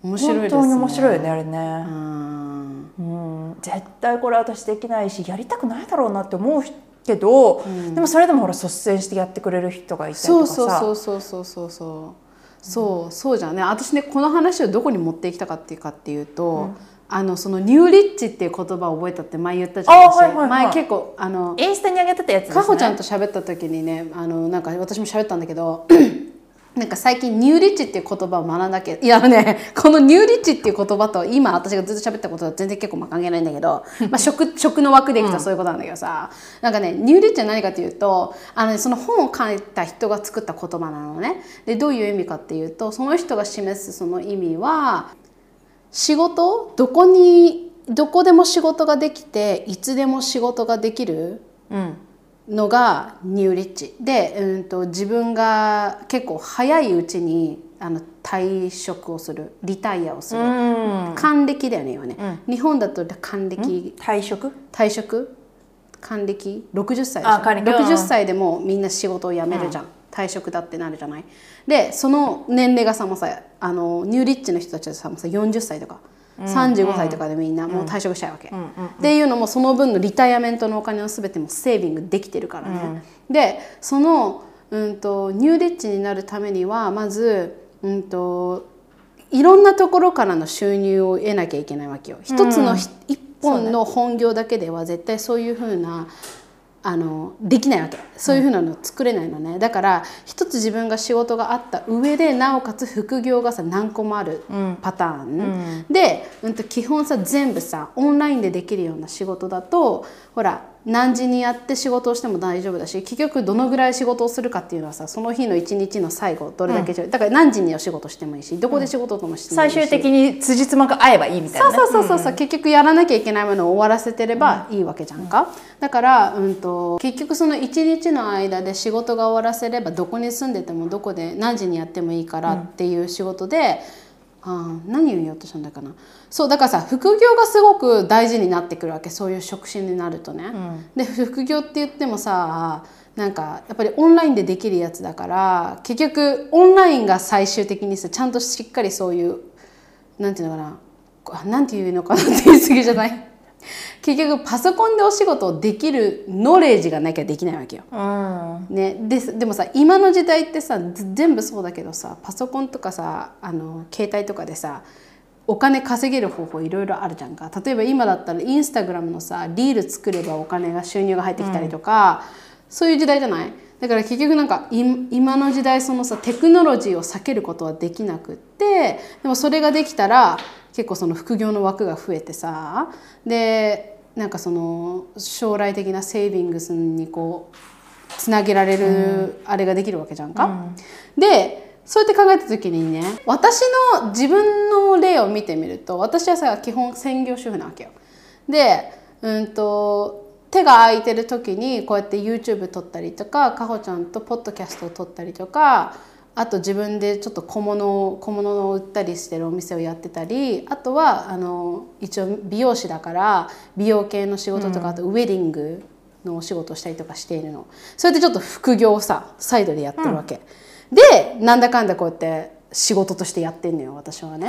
面白いですね
本当に面白いよねあれ
う
ね、
ん
うん絶対これ私できないしやりたくないだろうなって思うけど、でもそれでもほら率先してやってくれる人がいたりと
そう
かさ
そうそうそうそうそうそうそうそうじゃんね私ねこの話をどこに持っていきたかっていうかっていうと、あのそのニューリッチっていう言葉を覚えたって前言ったじゃ
あ
ない
ー
です
はいはいはい
前結構あの
インスタに上げてたやつですね
かほちゃんと喋った時にねあのなんか私も喋ったんだけど なんか最近ニューリッチっていう言葉を学んだけどいやあのねこのニューリッチっていう言葉と今私がずっと喋ったことは全然結構まあ関係ないんだけ ど、まあ、食食の枠でいくとそういうことなんだけどさ、なんかねニューリッチって何かというとあの、ね、その本を書いた人が作った言葉なのねでどういう意味かっていうとその人が示すその意味は仕事どこにどこでも仕事ができていつでも仕事ができる
うん
のがニューリッチで、うん、と自分が結構早いうちにあの退職をするリタイアをする、
うん
還暦だよね今ね、日本だと還暦
退職
退職還暦60歳でしょ
あ還暦
60歳でもうみんな仕事を辞めるじゃん、退職だってなるじゃないでその年齢がさもうさあのニューリッチの人たちはさもうさ40歳とか35歳とかでみんなもう退職しちゃうわけ、っていうのもその分のリタイアメントのお金の全てもセービングできてるからね、でその、うん、とニューリッチになるためにはまず、うん、といろんなところからの収入を得なきゃいけないわけよ一つのひ一本の本業だけでは絶対そういうふうなあのできないわけそういうふうなの作れないのね、だから一つ自分が仕事があった上でなおかつ副業がさ何個もあるパターン、で、うん、と基本さ全部さオンラインでできるような仕事だとほら何時にやって仕事をしても大丈夫だし結局どのぐらい仕事をするかっていうのはさその日の一日の最後どれだけじゃ、だから何時にお仕事してもいいしどこで仕事ともしてもいい
最
し、
終的に辻褄が合えばいいみたいな、ね、
そうそうそうそう、結局やらなきゃいけないものを終わらせてればいいわけじゃんか、だから、うん、と結局その一日の間で仕事が終わらせればどこに住んでてもどこで何時にやってもいいからっていう仕事で、あー何を言おうとしたんだかなそうだからさ副業がすごく大事になってくるわけそういう職種になるとね。で副業って言ってもさなんかやっぱりオンラインでできるやつだから結局オンラインが最終的にさちゃんとしっかりそういうなんていうのかなこうなんていうのかなって言い過ぎじゃない 結局パソコンでお仕事をできるノレージがなきゃできないわけよ。
うん
ね、ですでもさ今の時代ってさず全部そうだけどさパソコンとかさあの携帯とかでさお金稼げる方法いろいろあるじゃんか例えば今だったらインスタグラムのさリール作ればお金が収入が入ってきたりとか、そういう時代じゃないだから結局なんかい今の時代そのさテクノロジーを避けることはできなくってでもそれができたら結構その副業の枠が増えてさでなんかその将来的なセービングスにこうつなげられるあれができるわけじゃんか。でそうやって考えた時にね私の自分の例を見てみると私はさ基本専業主婦なわけよ。でうんと手が空いてる時にこうやって YouTube 撮ったりとかかほちゃんとポッドキャストを撮ったりとかあと自分でちょっと小物を小物を売ったりしてるお店をやってたりあとはあの一応美容師だから美容系の仕事とか、あとウェディングのお仕事をしたりとかしているのそれでちょっと副業をさサイドでやってるわけ、でなんだかんだこうやって仕事としてやってんのよ私はね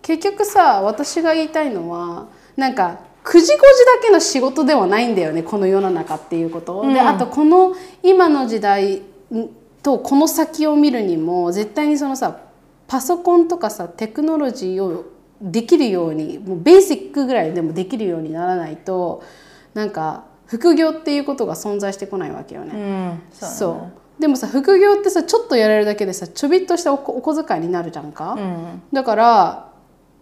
結局さ私が言いたいのはなんか9時5時だけの仕事ではないんだよねこの世の中っていうこと、であとこの今の時代とこの先を見るにも絶対にそのさパソコンとかさテクノロジーをできるようにもうベーシックぐらいでもできるようにならないとなんか副業っていうことが存在してこないわけよね。
うん
そう,、でもさ副業ってさちょっとやれるだけでさちょびっとしたお小お小遣いになるじゃんか、だから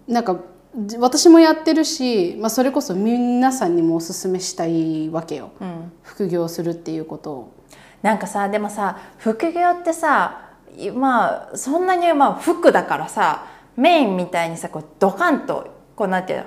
なんかじ私もやってるし、まあ、それこそ皆さんにもおすすめしたいわけよ、副業するっていうことを。
なんかさでもさ副業ってさいまあそんなにまあ服だからさメインみたいにさこうドカンとこうなんていうの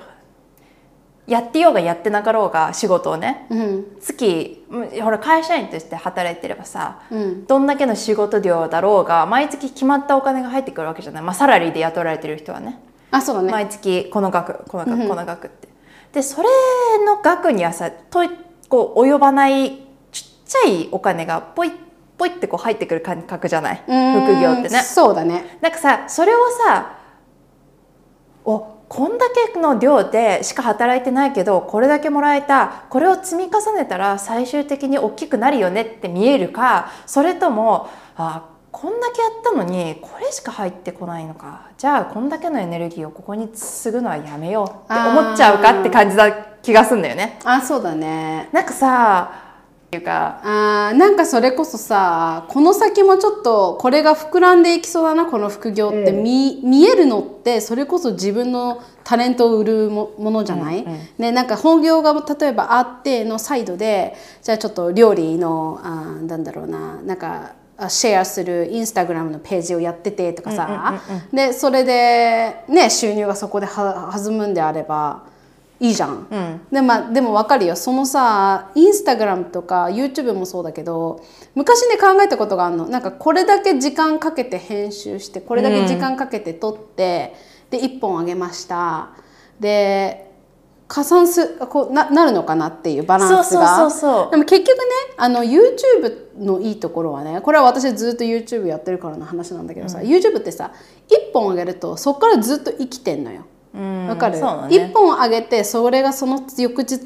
やってようがやってなかろうが仕事をね
うん
月うんほら会社員として働いてればさ、
うん
どんだけの仕事量だろうが毎月決まったお金が入ってくるわけじゃない、まあ、サラリーで雇われてる人はね
あそうだね、
毎月この額この額この額って。でそれの額にはさとこう及ばないちっちゃいお金がポイッポイってこう入ってくる感覚じゃない副
うん
業ってね。
そうだね
なんかさそれをさおこんだけの量でしか働いてないけどこれだけもらえたこれを積み重ねたら最終的に大きくなるよねって見えるかそれともあーこんだけやったのにこれしか入ってこないのかじゃあこんだけのエネルギーをここに注ぐのはやめようって思っちゃうかって感じだ気がすんだよね
あそうだね
なんかさっていうか
あーなんかそれこそさこの先もちょっとこれが膨らんでいきそうだなこの副業って、見見えるのってそれこそ自分のタレントを売るもものじゃない、ね、なんか本業が例えばあってのサイドでじゃあちょっと料理のあーなんだろうななんかあシェアするインスタグラムのページをやっててとかさ、でそれで、ね、収入がそこでは弾むんであればいいじゃん、でまあ、でも分かるよそのさインスタグラムとか YouTube もそうだけど昔ね考えたことがあるのなんかこれだけ時間かけて編集してこれだけ時間かけて撮って、で1本あげましたで加算すこうななるのかなっていうバランスが
そうそうそうそう
でも結局ねあの YouTube のいいところはねこれは私ずっと YouTube やってるからの話なんだけどさ、YouTube ってさ1本上げるとそこからずっと生きてんのよ。わかる、
そうだね
一本上げてそれがその翌日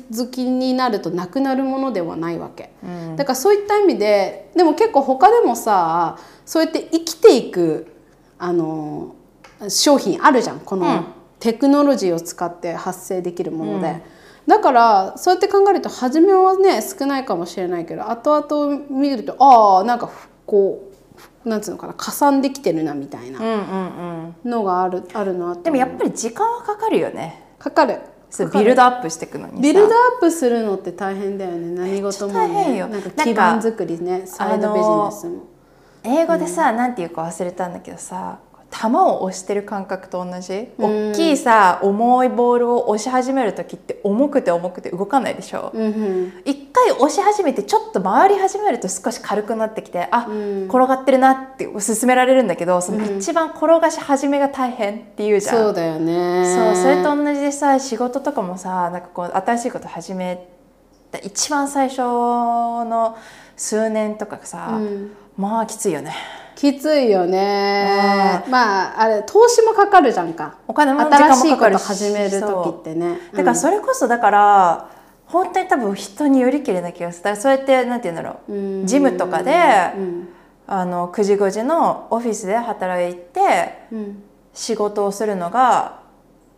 になるとなくなるものではないわけ、だからそういった意味ででも結構他でもさそうやって生きていくあの商品あるじゃんこのテクノロジーを使って発生できるもので、だからそうやって考えると初めはね少ないかもしれないけど後々見るとああんかこうなんつうのかな加算できてるなみたいなのがある,、あるなって
でもやっぱり時間はかかるよね
かかる
そうビルドアップしていくのにさ
ビルドアップするのって大変だよね何事も、ね、
めっちゃ大変よ
なんか
なんか
基盤作りねサイドビジネスも、
英語でさ、なんていうか忘れたんだけどさ球を押してる感覚と同じ大きいさ重いボールを押し始める時って重くて重くて動かないでしょ、
うんうん
一回押し始めてちょっと回り始めると少し軽くなってきてあ、転がってるなって勧められるんだけどその一番転がし始めが大変っていうじゃん、
そうだよね
そうそれと同じでさ仕事とかもさなんかこう新しいこと始めた一番最初の数年とかさ、
うん
まあきついよね
きついよね
あ
まああれ投資もかかるじゃんか
お金も時間
新し
も
い
か
こ
かる
と
し
始める時ってね
そうだからそれこそだから、本当に多分人によりきれな気がするだからそうやってなんて言うんだろう、
うん
ジムとかで、
うん
あの9時5時のオフィスで働いて
うん
仕事をするのが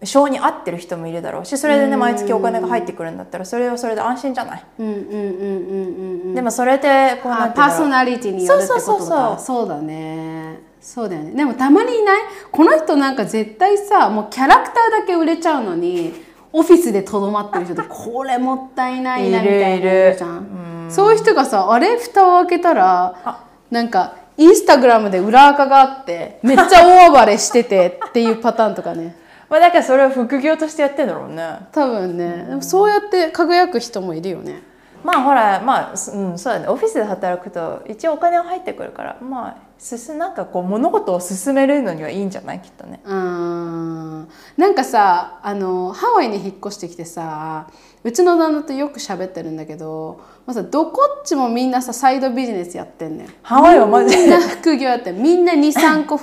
性に合ってる人もいるだろうしそれでね毎月お金が入ってくるんだったらそれはそれで安心じゃない、
うんうんうんうんうんうん
でもそれでこうな
あ
んて
パ
言う
ーソ
んだろう
ナリティによるってことか
そうそうそうそう
だねそうだよねでもたまにいないこの人なんか絶対さもうキャラクターだけ売れちゃうのにオフィスでとどまってる人ってこれもったいないなみたい
い
なの
るいる
いるじゃんそういう人がさあれ蓋を開けたらなんかインスタグラムで裏垢があってめっちゃ大暴れしててっていうパターンとかね
まあ、だからそれを副業としてやってんだろうね
多分ねでもそうやって輝く人もいるよね
まあほらまあ、すうん、そうだねオフィスで働くと一応お金は入ってくるからまあ進なんかこう物事を進めるのにはいいんじゃないきっとね
うーんなんかさあのハワイに引っ越してきてさうちの旦那とよく喋ってるんだけど、まあ、さどこっちもみんなさサイドビジネスやってんねん
ハワイはマジ
みん
で
な副業やってみんな23個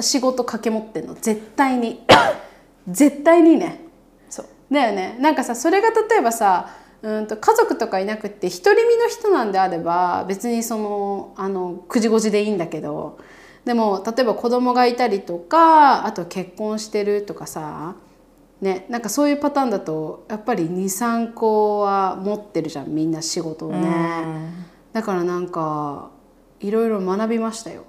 仕事掛け持ってんの絶対 に絶対にね
そう
だよねなんかさそれが例えばさうんと家族とかいなくって独り身の人なんであれば別にそのあの9時5時でいいんだけどでも例えば子供がいたりとかあと結婚してるとかさねなんかそういうパターンだとやっぱり23個は持ってるじゃんみんな仕事をねだからなんかいろいろ学びましたよ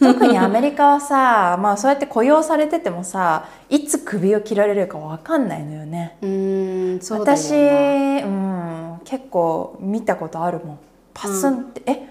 特にアメリカはさ、 まあ、そうやって雇用されててもさいつ首を切られるかわかんないのよね
うーんそうだよな
私、うん、結構見たことあるもんパスンって、え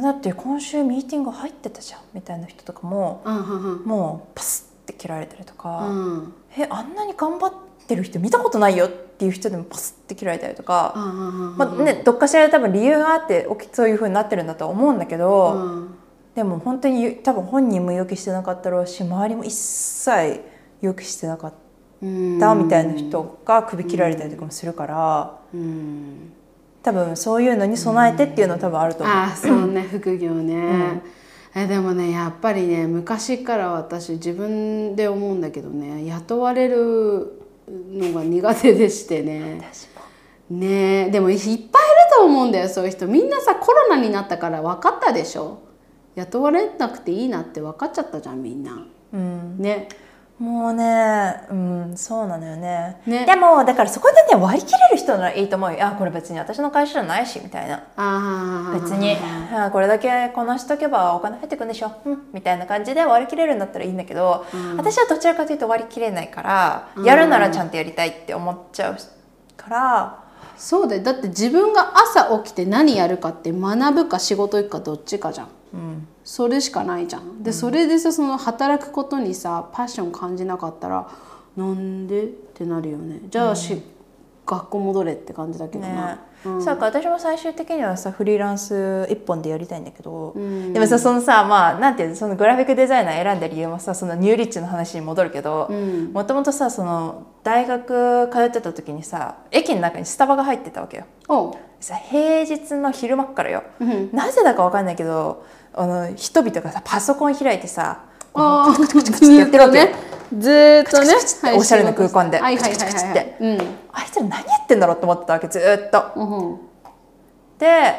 だって今週ミーティング入ってたじゃんみたいな人とかも
うんうん
もうパスって切られたりとか。
うんうん
えあんなに頑張ってる人見たことないよっていう人でもパスって切られたりとか、
うんうんうん
まあね、どっかしら多分理由があっておきそういう風になってるんだとは思うんだけど、
うん
でも本当に多分本人も予期してなかったろうし周りも一切予期してなかっ
うん
たみたいな人が首切られたりとかもするから、
うん
多分そういうのに備えてっていうのは多分あると思う。
ああそうね副業ね、えでもねやっぱりね昔から私自分で思うんだけどね雇われるのが苦手でしてねねえでもいっぱいいると思うんだよそういう人みんなさコロナになったから分かったでしょ雇われなくていいなって分かっちゃったじゃんみんな、ね
もうね、うん、そうなのよね
ね
でもだからそこでね割り切れる人ならいいと思うよあこれ別に私の会社じゃないしみたいな
ああ
別にあこれだけこなしとけばお金入ってくんでしょ、うん、みたいな感じで割り切れるんだったらいいんだけど、私はどちらかというと割り切れないから、やるならちゃんとやりたいって思っちゃうから
そうだよだって自分が朝起きて何やるかって学ぶか仕事行くかどっちかじゃん、それしかないじゃんで、それでさその働くことにさパッション感じなかったらなんでってなるよねじゃあし、学校戻れって感じだけどな、
ね、そうか私も最終的にはさフリーランス一本でやりたいんだけど、でもさそのさまあなんていうのそのグラフィックデザイナー選んだ理由もさそのニューリッチの話に戻るけどもともとさその大学通ってた時にさ駅の中にスタバが入ってたわけよ。
おう
さ平日の昼間っからよ、なぜだかわかんないけどあの人々がさパソコン開いてさ
ああ
ってやってるわけよ
ねずーっとね
カチカチっておしゃれな空間で
はいはい
カチ
はい
カチ
は
カ
い
チってあいつら何やってんだろうって思ってたわけずーっと。
うんうん
で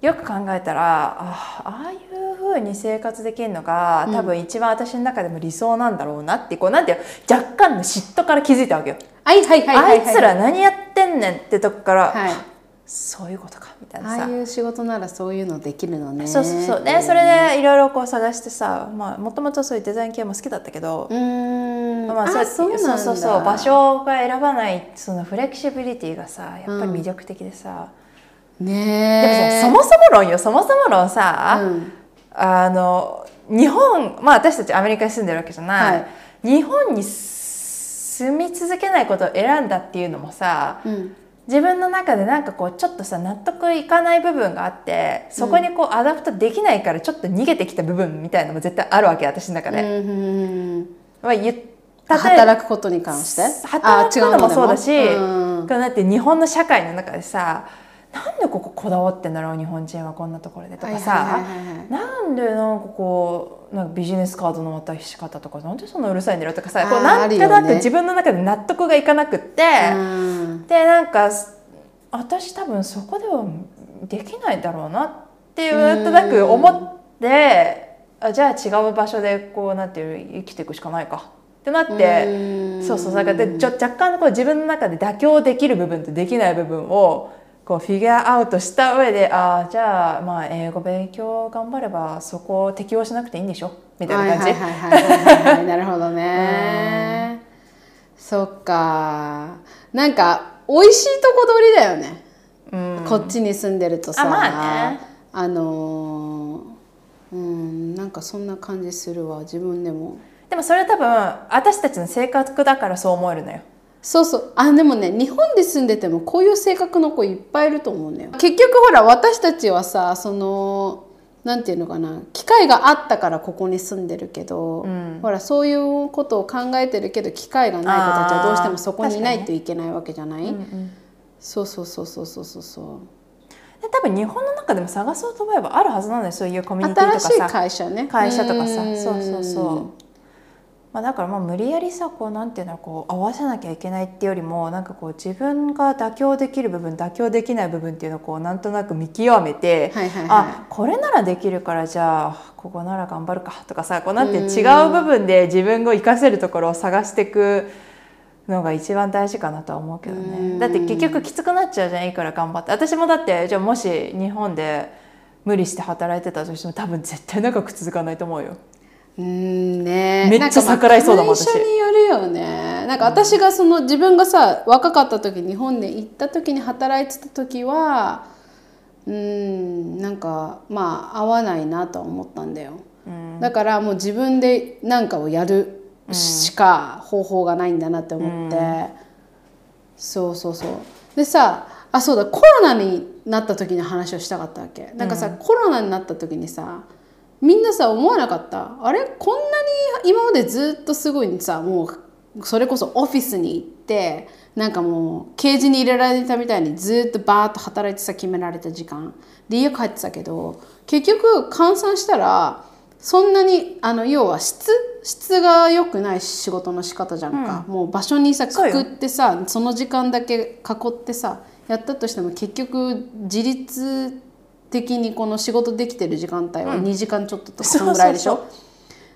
よく考えたらあああいう風に生活できるのが多分一番私の中でも理想なんだろうなってこうなんていうの若干の嫉妬から気づいたわけよ。
はいはいはいはいはい
あいつら何やってんねんってとこから、
はい
そういうことかみたいなさ。
ああいう仕事ならそういうのできるのね
そうそうそうでそれでいろいろこう探してさまあもともとそういうデザイン系も好きだったけど、
うーん
まあ、
あそうなんだ
そうそうそう場所が選ばないそのフレキシビリティがさやっぱり魅力的でさ、でも
ねえ
さそもそも論よそもそも論さ、
うん
あの日本まあ私たちアメリカに住んでるわけじゃない、
は
日本に住み続けないことを選んだっていうのもさ、
ん
自分の中でなんかこうちょっとさ納得いかない部分があってそこにこうアダプトできないからちょっと逃げてきた部分みたいのも絶対あるわけ私の中で。
うんうんうん
まあ、言っ
働くことに関して
働くのもそうだし、
あ違うので
こうだって日本の社会の中でさなんでこここだわってんだろう日本人はこんなところでとか
は
さ
いはいはいはいはい
なんでなんかこうなんかビジネスカードの渡し方とかなんでそんなうるさいんだろうとかさ
あー
こうな
あ
ん
る
か
よ
だ
ね
って自分の中で納得がいかなくって、
うん
でなんか私多分そこではできないだろうなっていうなんとなく思ってあじゃあ違う場所でこうなんていう生きていくしかないかってなってそうそうだからでちょ若干こう自分の中で妥協できる部分とできない部分をこうフィギュアアウトした上であじゃあまあ英語勉強頑張ればそこを適応しなくていいんでしょみたいな感じ。
はいはいはいはいはいはいなるほどねそっかなんか美味しいとこ取りだよね、こっちに住んでるとさ
あまあね
あのーうんなんかそんな感じするわ自分でも
でもそれは多分私たちの性格だからそう思えるのよ。
そうそうあでもね日本で住んでてもこういう性格の子いっぱいいると思うんだよ結局ほら私たちはさそのなんていうのかな機会があったからここに住んでるけど、ほらそういうことを考えてるけど機会がない子たちはどうしてもそこにいないといけないわけじゃない、そうそうそうそうそうそうそう
で多分日本の中でも探そうと思えばあるはずなのよそういうコミュニティと
新
か
しい
さ
会社ね
会社とかさ
ん
そうそうそう、まあ、だからまあ無理やりさこうなんていうのこう合わせなきゃいけないってよりもなんかこう自分が妥協できる部分妥協できない部分っていうのをこうなんとなく見極めて、
はいはいはい
あこれならできるからじゃあここなら頑張るかとかさこうなんていう違う部分で自分を生かせるところを探していく。のが一番大事かなとは思うけどねだって結局きつくなっちゃうじゃんいいから頑張って私もだってじゃあもし日本で無理して働いてたとしても多分絶対長く続かないと思うよ
うーんね
めっちゃ逆らいそうだもん
なんかまあ
私
会社によるよねなんか私がその自分がさ若かった時日本で行った時に働いてた時はうーんなんかまあ合わないなとは思ったんだよ、だからもう自分で何かをやるしか方法がないんだなって思って、そうそうそうでさあそうだコロナになった時の話をしたかったわけなんかさ、コロナになった時にさみんなさ思わなかったあれこんなに今までずっとすごいさもうそれこそオフィスに行ってなんかもうケージに入れられてたみたいにずっとバーッと働いてさ決められた時間で家帰ってたけど結局換算したらそんなにあの要は質質が良くない仕事の仕方じゃんか、もう場所にさ
そう
く
よ
くってさその時間だけ囲ってさやったとしても結局自立的にこの仕事できてる時間帯は2時間ちょっととかそのぐらいでしょ、
そう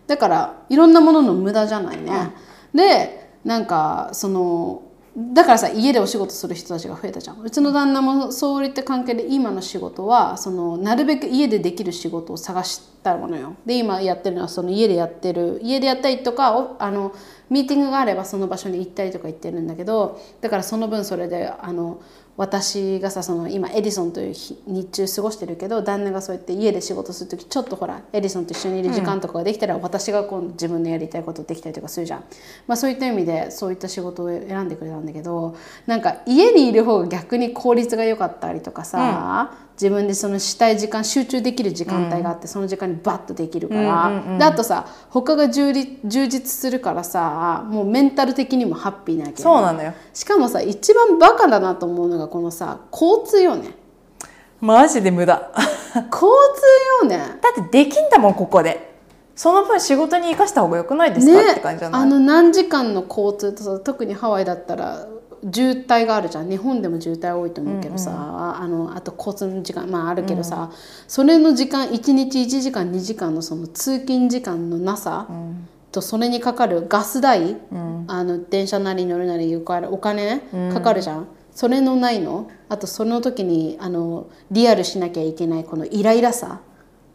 だからいろんなものの無駄じゃないね、でなんかそのだからさ家でお仕事する人たちが増えたじゃんうちの旦那もそういった関係で今の仕事はそのなるべく家でできる仕事を探したものよで今やってるのはその家でやってる家でやったりとかおあのミーティングがあればその場所に行ったりとか言ってるんだけどだからその分それであの私がさその今エディソンという日日中過ごしてるけど旦那がそうやって家で仕事する時ちょっとほらエディソンと一緒にいる時間とかができたら、私が今度自分のやりたいことできたりとかするじゃん、まあ、そういった意味でそういった仕事を選んでくれたんだけどなんか家にいる方が逆に効率が良かったりとかさ、自分でそのしたい時間集中できる時間帯があって、その時間にバッとできるから、であとさ他が充実充実するからさもうメンタル的にもハッピーなわけよ
そうなのよ
しかもさ一番バカだなと思うのがこのさ交通よね
マジで無駄
交通よね
だってできんだもんここでその分仕事に生かした方が良くないですか、って感じじゃない
あの何時間の交通とさ特にハワイだったら渋滞があるじゃん日本でも渋滞多いと思うけどさ、あのあと交通の時間まああるけどさ、それの時間1日1時間2時間のその通勤時間のなさ、とそれにかかるガス代、あの電車なり乗るなりよくあるお金かかるじゃん、それのないのあとその時にあのリアルしなきゃいけないこのイライラさ、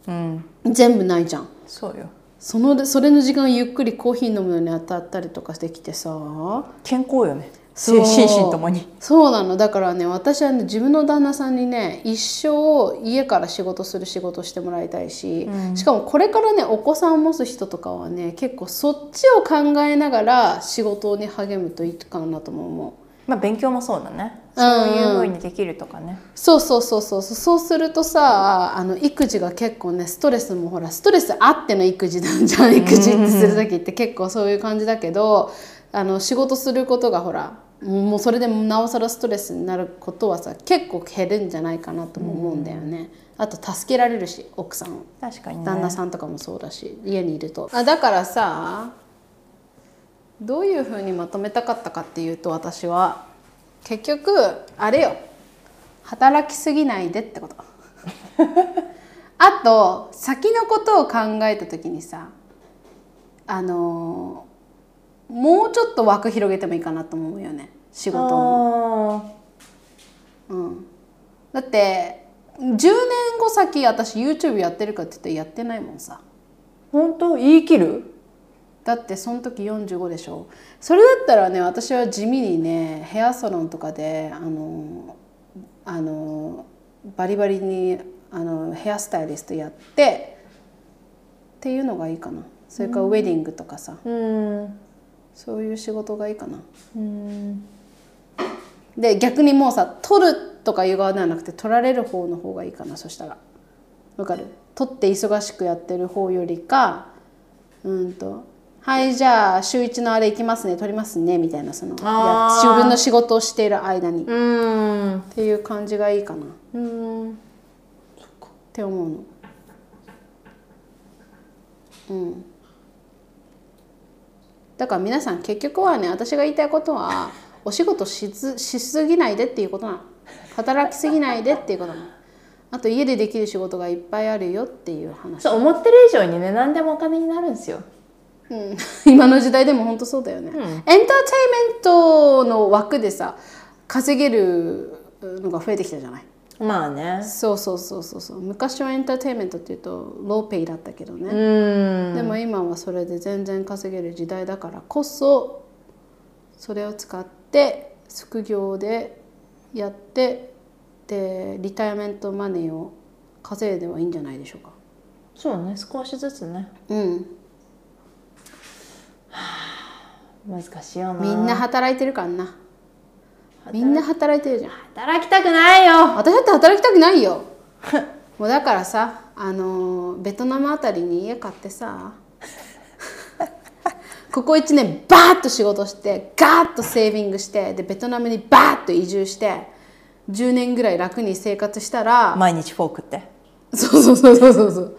全部ないじゃん
そうよ
そのそれの時間をゆっくりコーヒー飲むのに当たったりとかしてきてさ
健康よね
そ
心
う
身ともに
そうなのだからね私はね自分の旦那さんにね一生家から仕事する仕事をしてもらいたいし、しかもこれからねお子さんを持つ人とかはね結構そっちを考えながら仕事に励むといいかなとも思う。
まあ勉強もそうだね
う
そ
んうん
ういうふうにできるとかね、
そうそうそうそうそうするとさあの育児が結構ねストレスもほらストレスあっての育児なんじゃん育児ってする時って結構そういう感じだけどあの仕事することがほらもうそれでなおさらストレスになることはさ結構減るんじゃないかなとも思うんだよね、あと助けられるし奥さんを
確かにね
旦那さんとかもそうだし家にいるとあだからさどういうふうにまとめたかったかっていうと私は結局あれよ働きすぎないでってこと あと先のことを考えた時にさあのーもうちょっと枠広げてもいいかなと思うよね仕事も。
あ
だって10年後先私 YouTube やってるかって言ったらやってないもんさ
本当言い切る
だってその時45でしょそれだったらね私は地味にねヘアサロンとかであのあのバリバリにあのヘアスタイリストやってっていうのがいいかなそれからウェディングとかさ、
うん
そういう仕事がいいかな
うん
で逆にもうさ取るとかいう側ではなくて取られる方の方がいいかなそしたらわかる取って忙しくやってる方よりかうんとはいじゃあ週一のあれ行きますね取りますねみたいなそのや
あー
自分の仕事をしている間にっ
うん
ていう感じがいいかなっ
うん
て思うのうんだから皆さん結局はね私が言いたいことはお仕事しずしすぎないでっていうことなの働きすぎないでっていうことなのあと家でできる仕事がいっぱいあるよっていう話、
そう思ってる以上にね何でもお金になるんですよ
うん、 今の時代でも本当そうだよね、エンターテインメントの枠でさ稼げるのが増えてきたじゃない
まあね
そうそうそうそうそう昔はエンターテインメントっていうとローペイだったけどね、
うん
でも今はそれで全然稼げる時代だからこそそれを使って副業でやってでリタイアメントマネーを稼いではいいんじゃないでしょうか
そうね少しずつね
うん
難しいよな
みんな働いてるからなみんな働いてるじゃん
働きたくないよ
私だって働きたくないよもうだからさあのーベトナムあたりに家買ってさここ1年バーッと仕事してガーッとセービングしてでベトナムにバーッと移住して10年ぐらい楽に生活したら
毎日フォークって
そうそうそうそうそうそう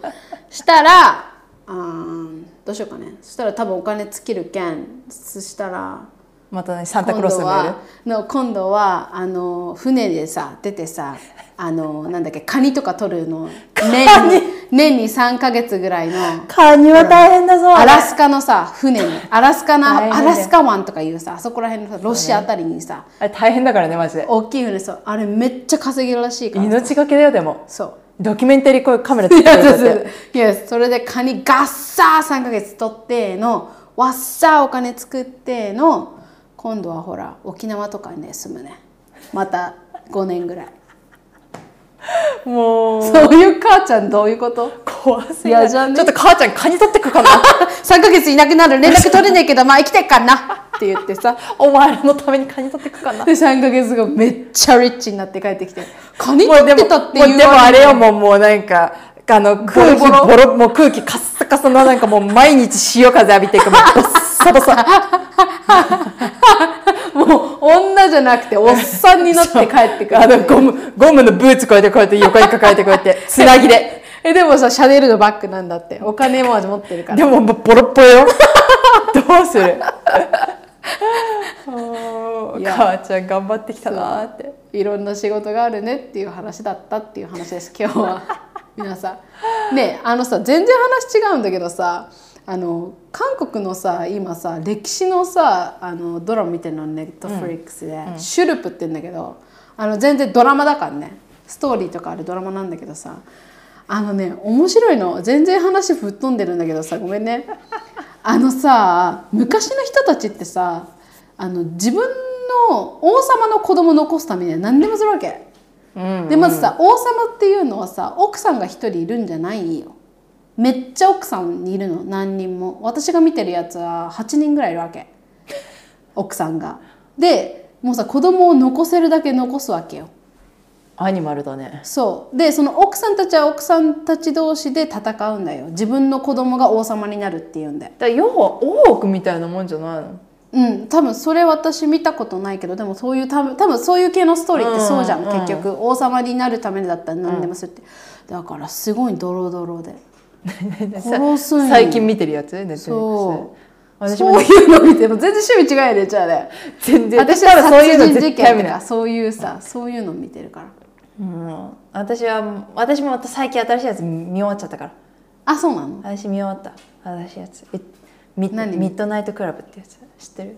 したらあーどうしようかねそしたら多分お金尽きるけんそしたら
また何サンタ
今
クロース
度
のメー
は
ル
の今度はあの船でさ出てさあのなんだっけカニとか取るの年に年に3か月ぐらいの
カニは大変だぞ
アラスカのさ船 にアラスカ
大変
な
だ
ア
よ
ラスカ湾とかいうさあそこら辺のさロシアあたりにさ
あれ大変だからねマジで
大きい船さあれめっちゃ稼げるらしいから
命がけだよでも
そう
ドキュメンタリーこういうカメラつ
い
けて
や
る
そう
だ
そ
っ
うい
て
やそれでカニガッサー3ヶ月取ってのわっさーお金作っての今度はほら沖縄とかにね住むねまた5年ぐらい
もう
そういう母ちゃんどういうこと
怖す
い
ぎる
や
ち
じゃあ
ょっ
ね
と母ちゃんカニ取ってくかな
3ヶ月いなくなる連絡取れねえけどまあ生きてっからなって言ってさ
お前らのためにカニ取ってくか な
で3ヶ月後めっちゃリッチになって帰ってきてカニ
もう
取
で
っ
も
てたって
も
いう
うでもあれよ
も
もうもうなんかあの空気
ボ
ボ
ロ
ロもう空気カッサカサのなんかもう毎日潮風浴び ていくもうボッサボ
う
サ
女じゃなくておっさんになって帰ってくる
あ
ってい
の
う
ゴムゴムのブーツこうやってこうやって横に抱えてこう やってつなぎで
えで もさシャネルのバッグなんだってお金も持ってるから
でももうボロッボロ よどうす る
いや
母ちゃん頑張ってきたなーって
いろんな仕事があるねっていう話だったっていう話 です今日は皆さんねえあのさ全然話違うんだけどさあの韓国のさ今さ歴史のさあのドラマ見てるのネットフリックスで、シュルプって言うんだけどあの全然ドラマだからねストーリーとかあるドラマなんだけどさあのね面白いの全然話ぶっ飛んでるんだけどさごめんねあのさ昔の人たちってさあの自分の王様の子供を残すためには何でもするわけ、でまずさ王様っていうのはさ奥さんが一人いるんじゃないよめっちゃ奥さんにいるの何人も私が見てるやつは8人ぐらいいるわけ奥さんがでもうさ子供を残せるだけ残すわけよ
アニマルだね
そうでその奥さんたちは奥さんたち同士で戦うんだよ自分の子供が王様になるっていうんで
だから要は大奥みたいなもんじゃないの
うん多分それ私見たことないけどでもそういう多分多分そういう系のストーリーってそうじゃん、結局王様になるためだったら何でもするって、だからすごいドロドロで殺すんよ
最近見てるやつネットフリックス
そう
私
そ
も
ういうの見ても全然趣味違うよねじゃあね
全然
私
私
は
はそういう
殺
の
人事
絶対
件
見
と
ない
かそういうさそういうの見てるから
うん、私は私もまた最近新しいやつ見終わっちゃったから
あそうなの
私見終わった新しいやつえミッ
何
ミッドナイトクラブってやつ知ってる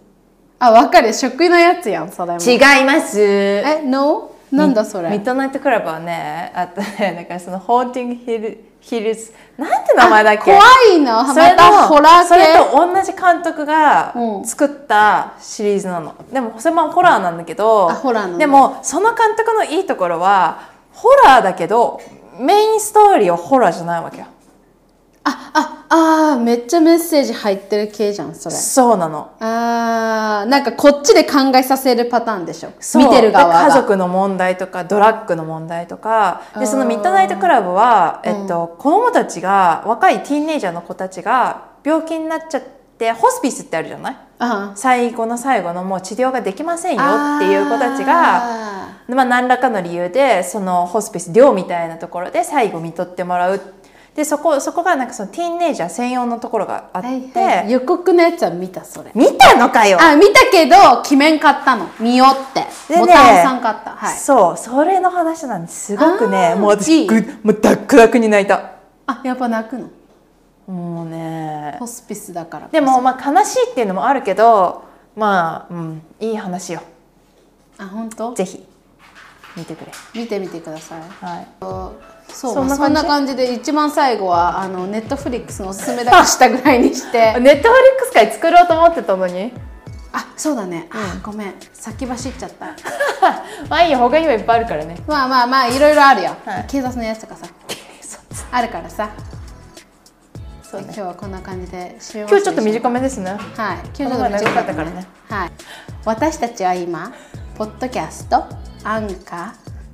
あ分かる食のやつやんそれも
違いますえ
え No? なんだそれ
ミッドナイトクラブはねあとねなんかそのホーティングヒルヒルズなんて名前だっけ
怖いなま
それ
た
と
ホラー系
それと同じ監督が
うん
作ったシリーズなの、でもそれもホラーなんだけど
あホラーなの
でもその監督のいいところはホラーだけどメインストーリーはホラーじゃないわけよ
あああーめっちゃメッセージ入ってる系じゃんそれ
そうなの
あーなんかこっちで考えさせるパターンでしょ
そう
見てる側が
で家族の問題とかドラッグの問題とか
あー
でそのミッドナイトクラブは、えっと子供たちが若いティーンエイジャーの子たちが病気になっちゃってホスピスってあるじゃない
あ
最後の最後のもう治療ができませんよ
あ
っていう子たちが
が
まあ、何らかの理由でそのホスピス寮みたいなところで最後見とってもらうでそこそこがなんかそのティーンエイジャー専用のところがあって、
予告のやつは見たそれ
見たのかよ
あ見たけど鬼面買ったの見ようって
でね
ボタンさん買ったはい
そうそれの話なんですすごく
あ
ね
ー
もう
いい
私ぐもうダックダックに泣いた
あやっぱ泣くの
もうね
ホスピスだから
でもまあ悲しいっていうのもあるけどまあ、うん、いい話よ
あ本当
ぜひ見てくれ
見てみてください
はい
そうそ
そ
ん
ん
な
な感じ
感じで一番最後はあのネットフリックスのおすすめだけしたぐらいにして
ネットフリックス会作ろうと思ってたの に
あそうだね、あごめん先走っちゃった
まあいいよ他にもいっぱいあるからね
まあまあまあいろいろあるよ、
はい
警察のやつとかさあるからさ、
そう
今
ね
日はこんな感じで終了
今日ちょっと短めですね
はい今日ちょっと
この前
短
長
か
か
っ
った
か
たからら
ね
ね
はい私たちは今ポッドキャストアンカー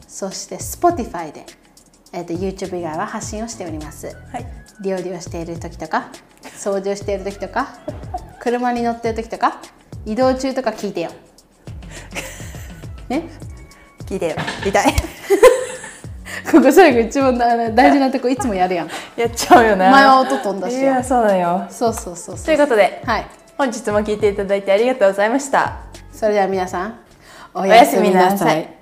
そして Spotify で、えー、と YouTube 以外は発信をしております
はい
料理をしている時とか掃除をしている時と か車に乗ってる時とか移動中とか聞いてよ。ね、
聞いてよ痛い
ここ最後一番だ大事なとこいつもやるやん。
やっちゃうよね
前は音飛んだし
いやそうだよ
そうそうそうそ。
といううことで
はい。
本日も聞いていただいてありがとうございました
それでは皆さんお
やすみなさい
¿ah? やすみなさい